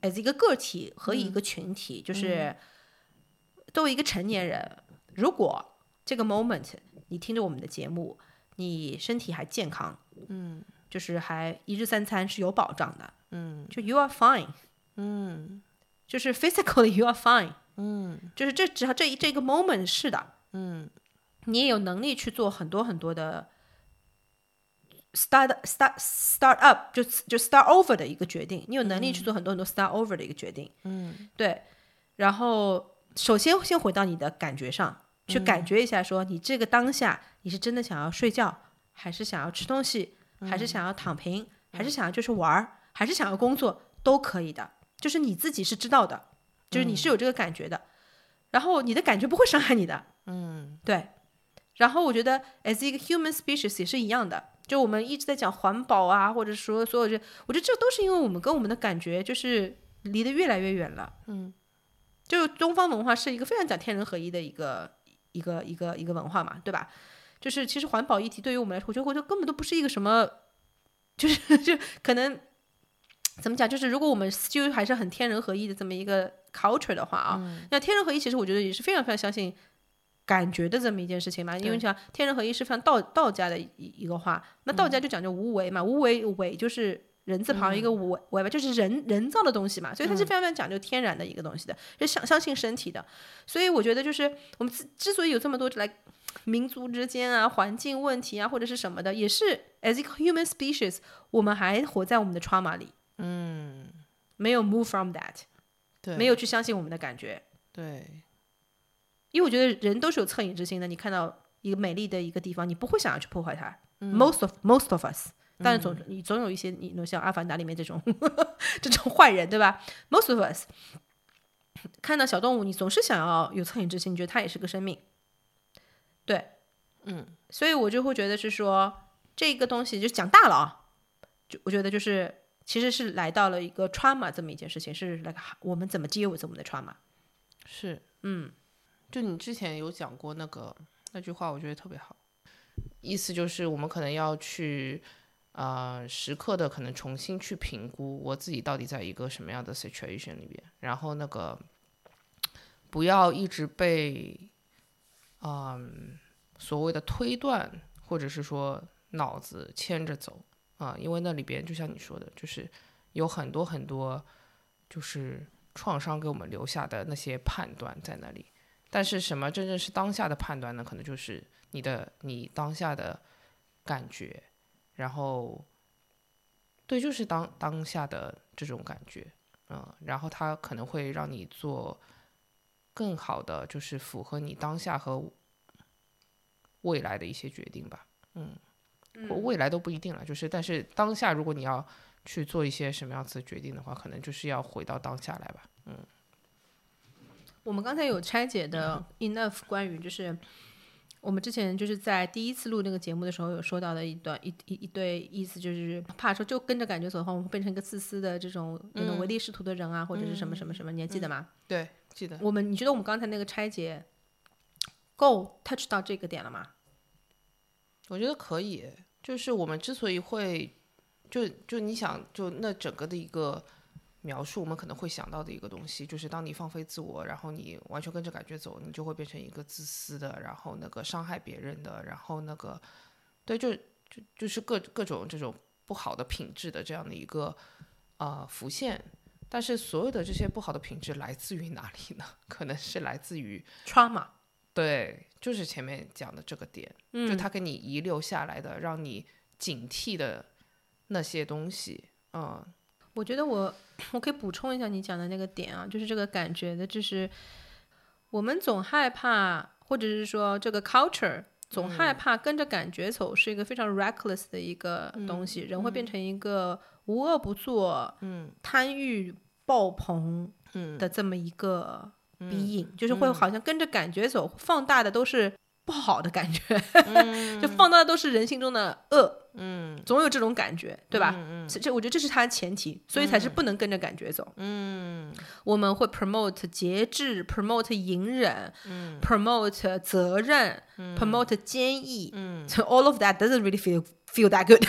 Speaker 2: ，as 一个个体和一个群体，就是作为一个成年人，如果这个 moment 你听着我们的节目，你身体还健康，
Speaker 1: 嗯
Speaker 2: 就是还一日三餐是有保障的，
Speaker 1: 嗯
Speaker 2: 就 you are fine，
Speaker 1: 嗯
Speaker 2: 就是 physically you are fine，
Speaker 1: 嗯
Speaker 2: 就是这只要这一这个 moment 是的，
Speaker 1: 嗯
Speaker 2: 你也有能力去做很多很多的 start start start up 就就 start over 的一个决定，你有能力去做很多很多 start over 的一个决定，
Speaker 1: 嗯
Speaker 2: 对。然后首先先回到你的感觉上，
Speaker 1: 嗯
Speaker 2: 去感觉一下，说你这个当下你是真的想要睡觉，还是想要吃东西，还是
Speaker 1: 嗯
Speaker 2: 想要躺平，还是想要就是玩儿，还是想要工作，都可以的，就是你自己是知道的，就是你是有这个感觉的，然后你的感觉不会伤害你的，
Speaker 1: 嗯
Speaker 2: 对，然后我觉得 as 一个 human species 也是一样的，就我们一直在讲环保啊，或者说所有这，我觉得这都是因为我们跟我们的感觉就是离得越来越远了。
Speaker 1: 嗯，
Speaker 2: 就东方文化是一个非常讲天人合一的一个一个一个一个文化嘛，对吧？就是其实环保议题对于我们来说，我觉得我觉得根本都不是一个什么，就是 就可能怎么讲，就是如果我们就还是很天人合一的这么一个 culture 的话啊，那天人合一其实我觉得也是非常非常相信感觉的这么一件事情嘛，因为
Speaker 1: 对
Speaker 2: 像天人合一是非常道道家的一一个话，那道家就讲究无为嘛，无为为就是人字旁一个尾尾巴，就是人人造的东西嘛，所以它是非常非常讲究天然的一个东西的，就相相信身体的。所以我觉得就是我们之之所以有这么多来民族之间啊、环境问题啊或者是什么的，也是 as a human species，我们还活在我们的 trauma 里，
Speaker 1: 嗯，
Speaker 2: 没有 move from that，
Speaker 1: 对，
Speaker 2: 没有去相信我们的感觉，
Speaker 1: 对，
Speaker 2: 因为我觉得人都是有恻隐之心的。你看到一个美丽的一个地方，你不会想要去破坏它。most of most of us，但是总、你总有一些你像《阿凡达》里面这种 这种坏人，对吧？most of us 看到小动物，你总是想要有恻隐之心，你觉得它也是个生命。对，
Speaker 1: 嗯，
Speaker 2: 所以我就会觉得是说这个东西就讲大了啊，就我觉得就是其实是来到了一个 trauma 这么一件事情，是 like 我们怎么 deal with 我们的 trauma。
Speaker 1: 是，
Speaker 2: 嗯，
Speaker 1: 就你之前有讲过那个那句话，我觉得特别好，意思就是我们可能要去。呃，时刻的可能重新去评估我自己到底在一个什么样的 situation 里边，然后那个不要一直被嗯所谓的推断或者是说脑子牵着走啊、因为那里边就像你说的，就是有很多很多就是创伤给我们留下的那些判断在那里。但是什么真正是当下的判断呢？可能就是你的你当下的感觉，然后对，就是当当下的这种感觉，嗯，然后它可能会让你做更好的，就是符合你当下和未来的一些决定吧，嗯，或未来都不一定了，就是但是当下如果你要去做一些什么样子的决定的话，可能就是要回到当下来吧，
Speaker 2: 我们刚才有拆解的
Speaker 1: 嗯
Speaker 2: enough 关于就是我们之前就是在第一次录那个节目的时候有说到的一段一一一对意思，就是怕说就跟着感觉走的话，我们会变成一个自私的这种
Speaker 1: 嗯
Speaker 2: 那种唯利是图的人啊，或者是什么什么什么，你还记得吗？
Speaker 1: 对，嗯记得
Speaker 2: 我们你觉得我们刚才那个拆解够 touch 到这个点了吗？
Speaker 1: 我觉得可以，就是我们之所以会，就就你想，就那整个的一个描述，我们可能会想到的一个东西，就是当你放飞自我，然后你完全跟着感觉走，你就会变成一个自私的，然后那个伤害别人的，然后那个，对，就就就是各各种这种不好的品质的这样的一个呃浮现。但是所有的这些不好的品质来自于哪里呢？ 可能是来自于
Speaker 2: trauma，
Speaker 1: 对，就是前面讲的这个点，就
Speaker 2: 嗯
Speaker 1: 他给你遗留下来的，让你警惕的那些东西，嗯，
Speaker 2: 我觉得我我可以补充一下你讲的那个点啊，就是这个感觉的，就是我们总害怕，或者是说这个 culture 总害怕跟着感觉走，是一个非常 reckless 的一个东西，人会变成一个无恶不作、嗯，贪欲爆棚，嗯的这么一个鼻影，就是会好像跟着感觉走，放大的都是。不好的感觉， 就放大的都是人性中的恶，嗯，总有这种感觉，对吧？这这我觉得这是它的前提，所以才是不能跟着感觉走。嗯，我们会 promote 节制，promote 隐忍，嗯，promote 责任、p r o m o t e 坚毅，嗯，so all of that doesn't really feel feel that good 。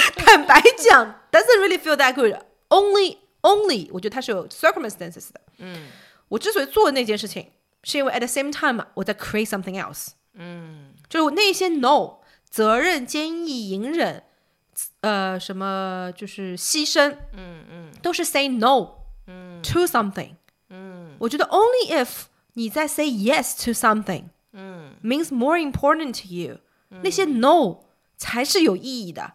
Speaker 2: 坦白讲，doesn't really feel that good。Only only，我觉得它是有 circumstances 的。嗯，我之所以做那件事情，是因为 at the same time 我在 create something else。嗯，就是我那些 no 责任、坚毅、隐忍。呃什么就是牺牲，嗯嗯，都是 say no，嗯，to something，嗯，我觉得 only if 你在 say yes to something，嗯，means 嗯 more important to you，、那些 no 才是有意义的，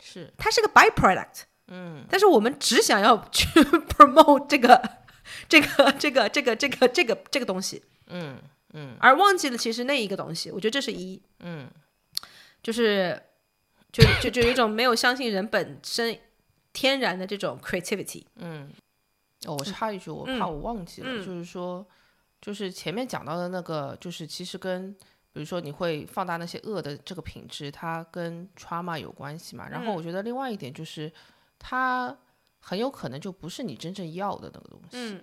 Speaker 1: 是
Speaker 2: 它是个 byproduct，嗯，但是我们只想要去 promote 这个 这个这个这个这个这个这个东西，嗯嗯，而忘记了其实那一个东西，我觉得这是一，嗯，就是就就就有一种没有相信人本身天然的这种 creativity，
Speaker 1: 哦，
Speaker 2: 嗯
Speaker 1: 我插一句，我怕我忘记了，就是说，就是前面讲到的那个，就是其实跟比如说你会放大那些恶的这个品质，它跟 trauma 有关系嘛。然后
Speaker 2: 嗯
Speaker 1: 我觉得另外一点就是，它很有可能就不是你真正要的那个东西。
Speaker 2: 嗯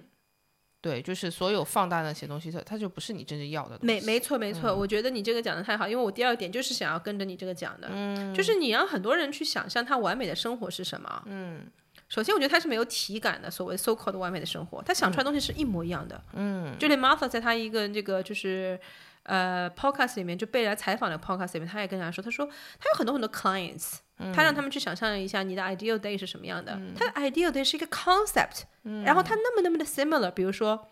Speaker 1: 对，就是所有放大那些东西，它它就不是你真正要的东西。嗯
Speaker 2: 没没错没错，我觉得你这个讲的太好，因为我第二点就是想要跟着你这个讲的，
Speaker 1: 嗯
Speaker 2: 就是你让很多人去想象他完美的生活是什么。嗯，首先我觉得他是没有体感的，所谓 so called 完美的生活，他
Speaker 1: 嗯
Speaker 2: 想出来的东西是一模一样的。嗯，就连 Martha 在他一个这个就是。呃，podcast 里面就被人家采访的 podcast 里面，他也跟人家说，他说他有很多很多 clients，他
Speaker 1: 嗯
Speaker 2: 让他们去想象一下你的 ideal day 是什么样的。他的 ideal day 是一个 concept，、然
Speaker 1: 嗯
Speaker 2: 后他那么那么的 similar，比如说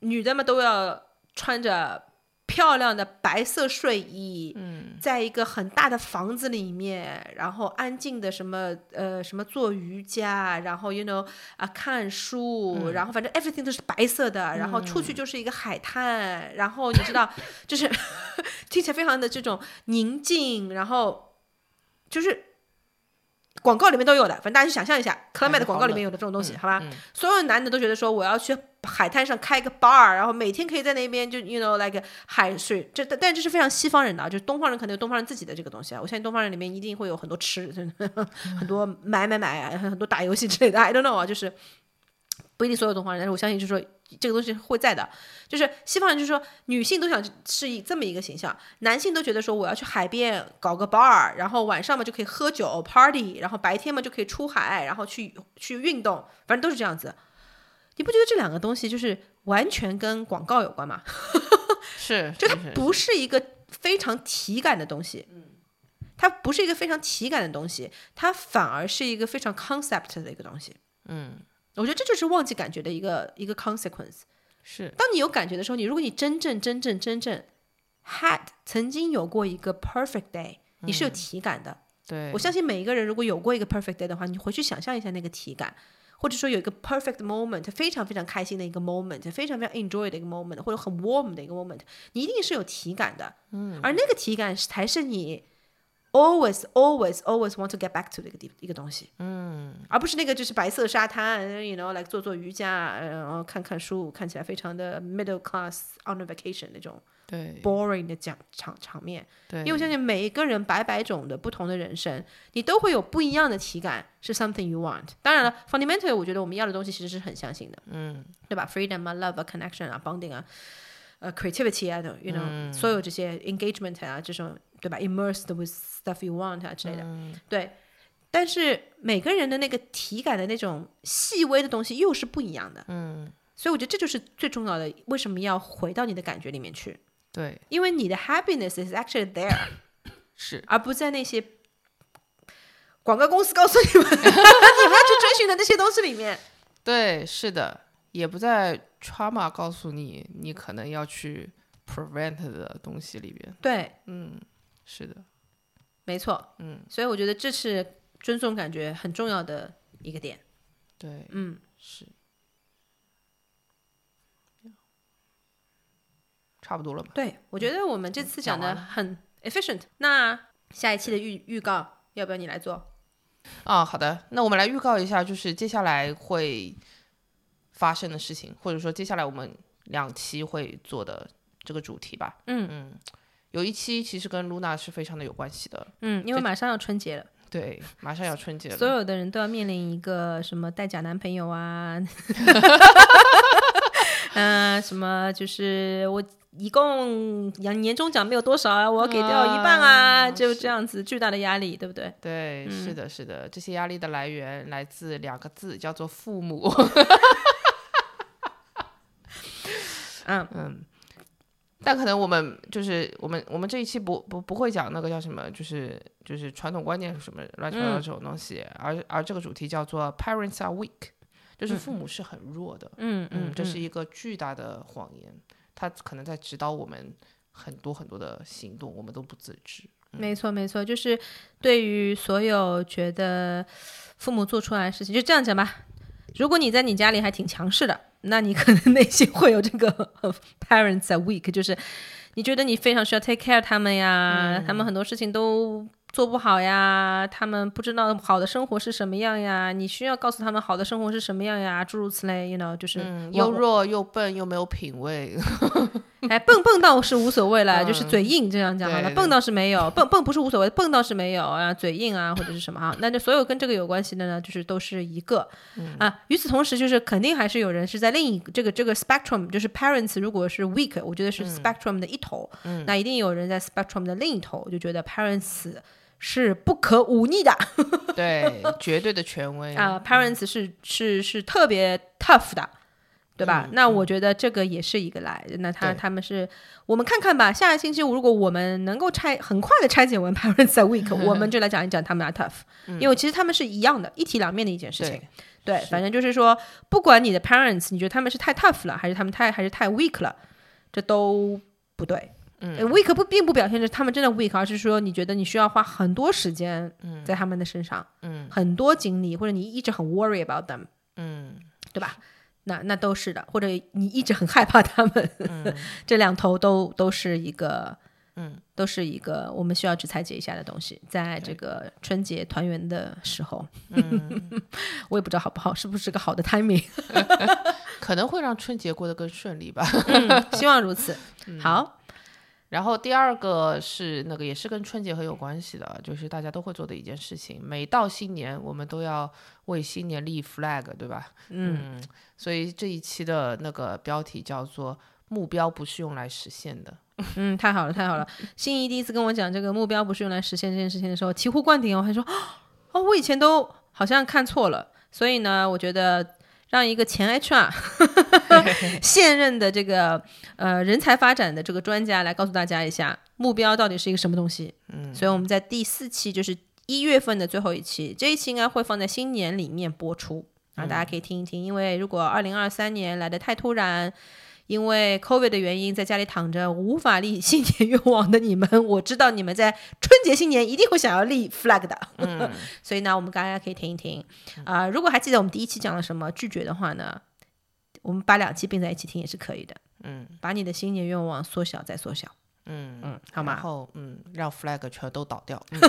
Speaker 2: 女的们都要穿着漂亮的白色睡衣，嗯，在一个很大的房子里面，然后安静的什么呃什么做瑜伽，然后 you know 啊看书，然后反正 everything 都是白色的，然后出去就是一个海滩，然后你知道就是 听起来非常的这种宁静，然后就是。广告里面都有的，反正大家去想象一下 c l i m a 的广告里面有的这种东西，好吧？所有男的都觉得说我要去海滩上开一个 bar，然后每天可以在那边就 you know like 海水，这但但这是非常西方人的啊，就是东方人可能有东方人自己的这个东西啊。我相信东方人里面一定会有很多吃，很多买买买啊，很多打游戏之类的，I don't know 啊，就是不一定所有东方人，但是我相信就是说这个东西会在的。就是西方人就是说女性都想是以这么一个形象，男性都觉得说我要去海边搞个 bar，然后晚上嘛就可以喝酒 party，然后白天嘛就可以出海，然后去去运动，反正都是这样子。你不觉得这两个东西就是完全跟广告有关吗？
Speaker 1: 是，
Speaker 2: 就是它
Speaker 1: 是
Speaker 2: 不是一个非常体感的东西，它不是一个非常体感的东西，它反而是一个非常 concept 的一个东西。
Speaker 1: 嗯，
Speaker 2: 我觉得这就是忘记感觉的一个一个 consequence。
Speaker 1: 是
Speaker 2: 当你有感觉的时候，你如果你真正真正真正 had 曾经有过一个 perfect day，你是有体感的。
Speaker 1: 对
Speaker 2: 我，相信每一个人如果有过一个 perfect day 的话，你回去想象一下那个体感，或者说有一个 perfect moment，非常非常开心的一个 moment，非常非常 enjoy 的一个 moment，或者很 warm 的一个 moment，你一定是有体感的。嗯，而那个体感是才是你 always always always want to get back to 的一个地一个东西。嗯，而不是那个就是白色沙滩，you know，like 做做瑜伽，呃然后看看书，看起来非常的 middle class on a vacation 那种
Speaker 1: 对
Speaker 2: boring 的讲场场面。
Speaker 1: 对，
Speaker 2: 因为我相信每一个人百百种的不同的人生，你都会有不一样的体感，是 something you want。当然了，fundamental 我觉得我们要的东西其实是很相近的，嗯，对吧？freedom 啊，love 啊，connection 啊，bonding 啊，呃，creativity 啊，you know，、所有这些 engagement 啊，这种对吧？immersed with stuff you want 啊之类的，对。但是每个人的那个体感的那种细微的东西又是不一样的，嗯。所以我觉得这就是最重要的，为什么要回到你的感觉里面去？
Speaker 1: 对
Speaker 2: 因为你的 happiness is actually there。
Speaker 1: 是
Speaker 2: 而不在那些广告公司告诉你们 你们要去追寻的那些东西里面。
Speaker 1: 对是的，也不在 trauma 告诉你你可能要去 prevent 的东西里边，
Speaker 2: 对，
Speaker 1: 嗯，是的，
Speaker 2: 没错，嗯，所以我觉得这是尊重感觉很重要的一个点。
Speaker 1: 对，
Speaker 2: 嗯，
Speaker 1: 是，差不多了吧？
Speaker 2: 对，我觉得我们这次讲的
Speaker 1: 讲完
Speaker 2: 很 efficient。那下一期的预预告，要不要你来做？
Speaker 1: 啊，好的，那我们来预告一下，就是接下来会发生的事情，或者说接下来我们两期会做的这个主题吧。
Speaker 2: 嗯
Speaker 1: 嗯，有一期其实跟露娜是非常的有关系的，
Speaker 2: 嗯，因为马上要春节了，
Speaker 1: 对，马上要春节
Speaker 2: 所
Speaker 1: 了，
Speaker 2: 有的人都要面临一个什么带假男朋友 啊，嗯、什么就是我一共年年终奖没有多少啊，我要给掉一半啊，
Speaker 1: 啊
Speaker 2: 就是这样子巨大的压力，对不对？
Speaker 1: 对，是的，是的，这些压力的来源来自两个字，叫做父母。
Speaker 2: 嗯
Speaker 1: 但可能我们就是我们我们这一期不不不会讲那个叫什么，就是就是传统观念是什么乱七八糟这种东西，而而这个主题叫做 Parents are weak，就是父母是很弱的，
Speaker 2: 嗯
Speaker 1: 嗯，这是一个巨大的谎言，它可能在指导我们很多很多的行动，我们都不自知。
Speaker 2: 没错没错，就是对于所有觉得父母做出来的事情，就这样讲吧。如果你在你家里还挺强势的，那你可能内心会有这个 parents are weak，就是你觉得你非常需要 take care 他们呀，他们很多事情都做不好呀，他们不知道好的生活是什么样呀，你需要告诉他们好的生活是什么样呀，诸如此类，you know，就是
Speaker 1: 嗯，
Speaker 2: 我
Speaker 1: 又弱又笨又没有品味，
Speaker 2: 哎，蹦蹦倒是无所谓了，就是嘴硬这样讲好了。
Speaker 1: 嗯对对
Speaker 2: 蹦倒是没有，蹦蹦不是无所谓，蹦倒是没有啊，嘴硬啊或者是什么啊，那就所有跟这个有关系的呢，就是都是一个、
Speaker 1: 嗯
Speaker 2: 啊。与此同时，就是肯定还是有人是在另一这个这个 spectrum，就是 parents 如果是 weak，我
Speaker 1: 嗯
Speaker 2: 觉得是 spectrum 的一头，那一定有人在 spectrum 的另一头，就觉得 parents 是不可忤逆的。
Speaker 1: 对，绝对的权威
Speaker 2: 啊啊、p a r e n t s 是是是特别 tough 的，对吧？那我觉得这个也是一个来，那他他们是我们看看吧。下个星期五如果我们能够拆很快的拆解完 Parents a Week，我们就来讲一讲他们 are tough，、因为其实他们是一样的，一体两面的一件事情
Speaker 1: 对。
Speaker 2: 对，
Speaker 1: 是
Speaker 2: 反正就是说，不管你的 parents，你觉得他们是太 tough 了，还是他们太还是太 weak 了，这都不对。
Speaker 1: 嗯
Speaker 2: 呃，weak 不并不表现着他们真的 weak，而是说你觉得你需要花很多时间在他们的身上，
Speaker 1: 嗯
Speaker 2: 很多精力，或者你一直很 worry about them，
Speaker 1: 嗯
Speaker 2: 对吧？那那都是的，或者你一直很害怕他们，
Speaker 1: 嗯
Speaker 2: 这两头都都是一个，
Speaker 1: 嗯，
Speaker 2: 都是一个我们需要去裁解一下的东西。在这个春节团圆的时候，我也不知道好不好，是不是个好的 timing，
Speaker 1: 可能会让春节过得更顺利吧。
Speaker 2: 嗯希望如此。好，
Speaker 1: 然后第二个是那个也是跟春节很有关系的，就是大家都会做的一件事情，每到新年我们都要为新年立 flag，对吧？
Speaker 2: 嗯，
Speaker 1: 嗯，所以这一期的那个标题叫做“目标不是用来实现 的
Speaker 2: 嗯，太好了，太好了。心仪第一次跟我讲这个目标不是用来实现这件事情的时候，醍醐灌顶，我还说，哦，我以前都好像看错了。所以呢，我觉得让一个前 HR 现任的这个呃人才发展的这个专家来告诉大家一下，目标到底是一个什么东西。”。
Speaker 1: 嗯，
Speaker 2: 所以我们在第四期，就是一月份的最后一期，这一期应该会放在新年里面播出，然后大家可以听一听。因为如果二零二三年来的太突然，因为 COVID 的原因在家里躺着无法立新年愿望的你们，我知道你们在春节新年一定会想要立 flag 的。 所以呢，我们大家可以听一听。啊、如果还记得我们第一期讲了什么拒绝的话呢，我们把两期并在一起听也是可以的。
Speaker 1: 嗯，
Speaker 2: 把你的新年愿望缩小再缩小。
Speaker 1: 嗯
Speaker 2: 嗯，好
Speaker 1: 然
Speaker 2: 吗？
Speaker 1: 后嗯，让 flag 全都倒掉。嗯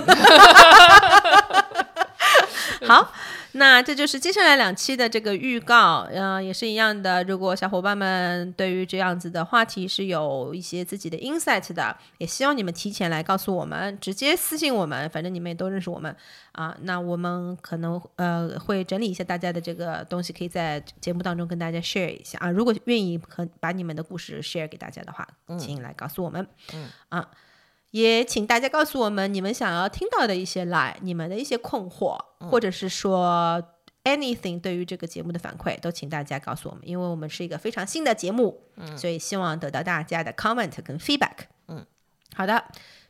Speaker 2: 好，那这就是接下来两期的这个预告，嗯、也是一样的。如果小伙伴们对于这样子的话题是有一些自己的 insight 的，也希望你们提前来告诉我们，直接私信我们，反正你们也都认识我们啊。那我们可能呃会整理一下大家的这个东西，可以在节目当中跟大家 share 一下啊。如果愿意和把你们的故事 share 给大家的话，
Speaker 1: 嗯
Speaker 2: 请来告诉我们。嗯啊。也请大家告诉我们你们想要听到的一些来，你们的一些困惑，或者是说 anything 对于这个节目的反馈，都请大家告诉我们，因为我们是一个非常新的节目，所以希望得到大家的 comment 跟 feedback。
Speaker 1: 嗯，
Speaker 2: 好的。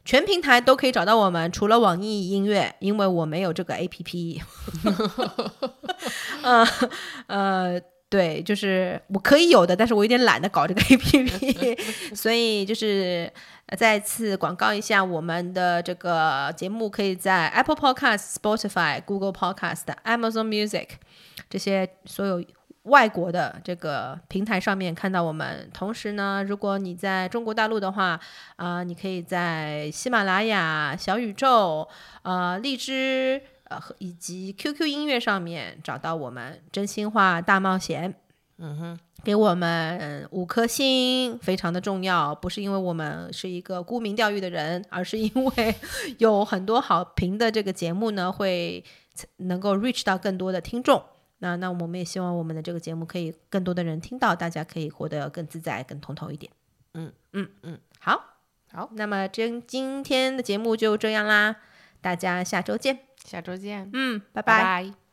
Speaker 2: 全平台都可以找到我们，除了网易音乐，因为我没有这个 A P P。呃呃，对，就是我可以有的，但是我有点懒得搞这个 A P P，所以就是呃再次广告一下，我们的这个节目可以在 Apple Podcast、Spotify、Google Podcast、Amazon Music 这些所有外国的这个平台上面看到我们。同时呢，如果你在中国大陆的话，啊、你可以在喜马拉雅、小宇宙、呃荔枝。呃，和以及 QQ 音乐上面找到我们《真心话大冒险》。
Speaker 1: 嗯哼，
Speaker 2: 给我们呃五颗星，非常的重要。不是因为我们是一个沽名钓誉的人，而是因为有很多好评的这个节目呢，会能够 reach 到更多的听众。那那我们也希望我们的这个节目可以更多的人听到，大家可以活得更自在、更通透一点。
Speaker 1: 嗯
Speaker 2: 嗯
Speaker 1: 嗯，
Speaker 2: 好，
Speaker 1: 好，
Speaker 2: 那么今今天的节目就这样啦，大家下周见。
Speaker 1: 下周见，
Speaker 2: 嗯，拜
Speaker 1: 拜拜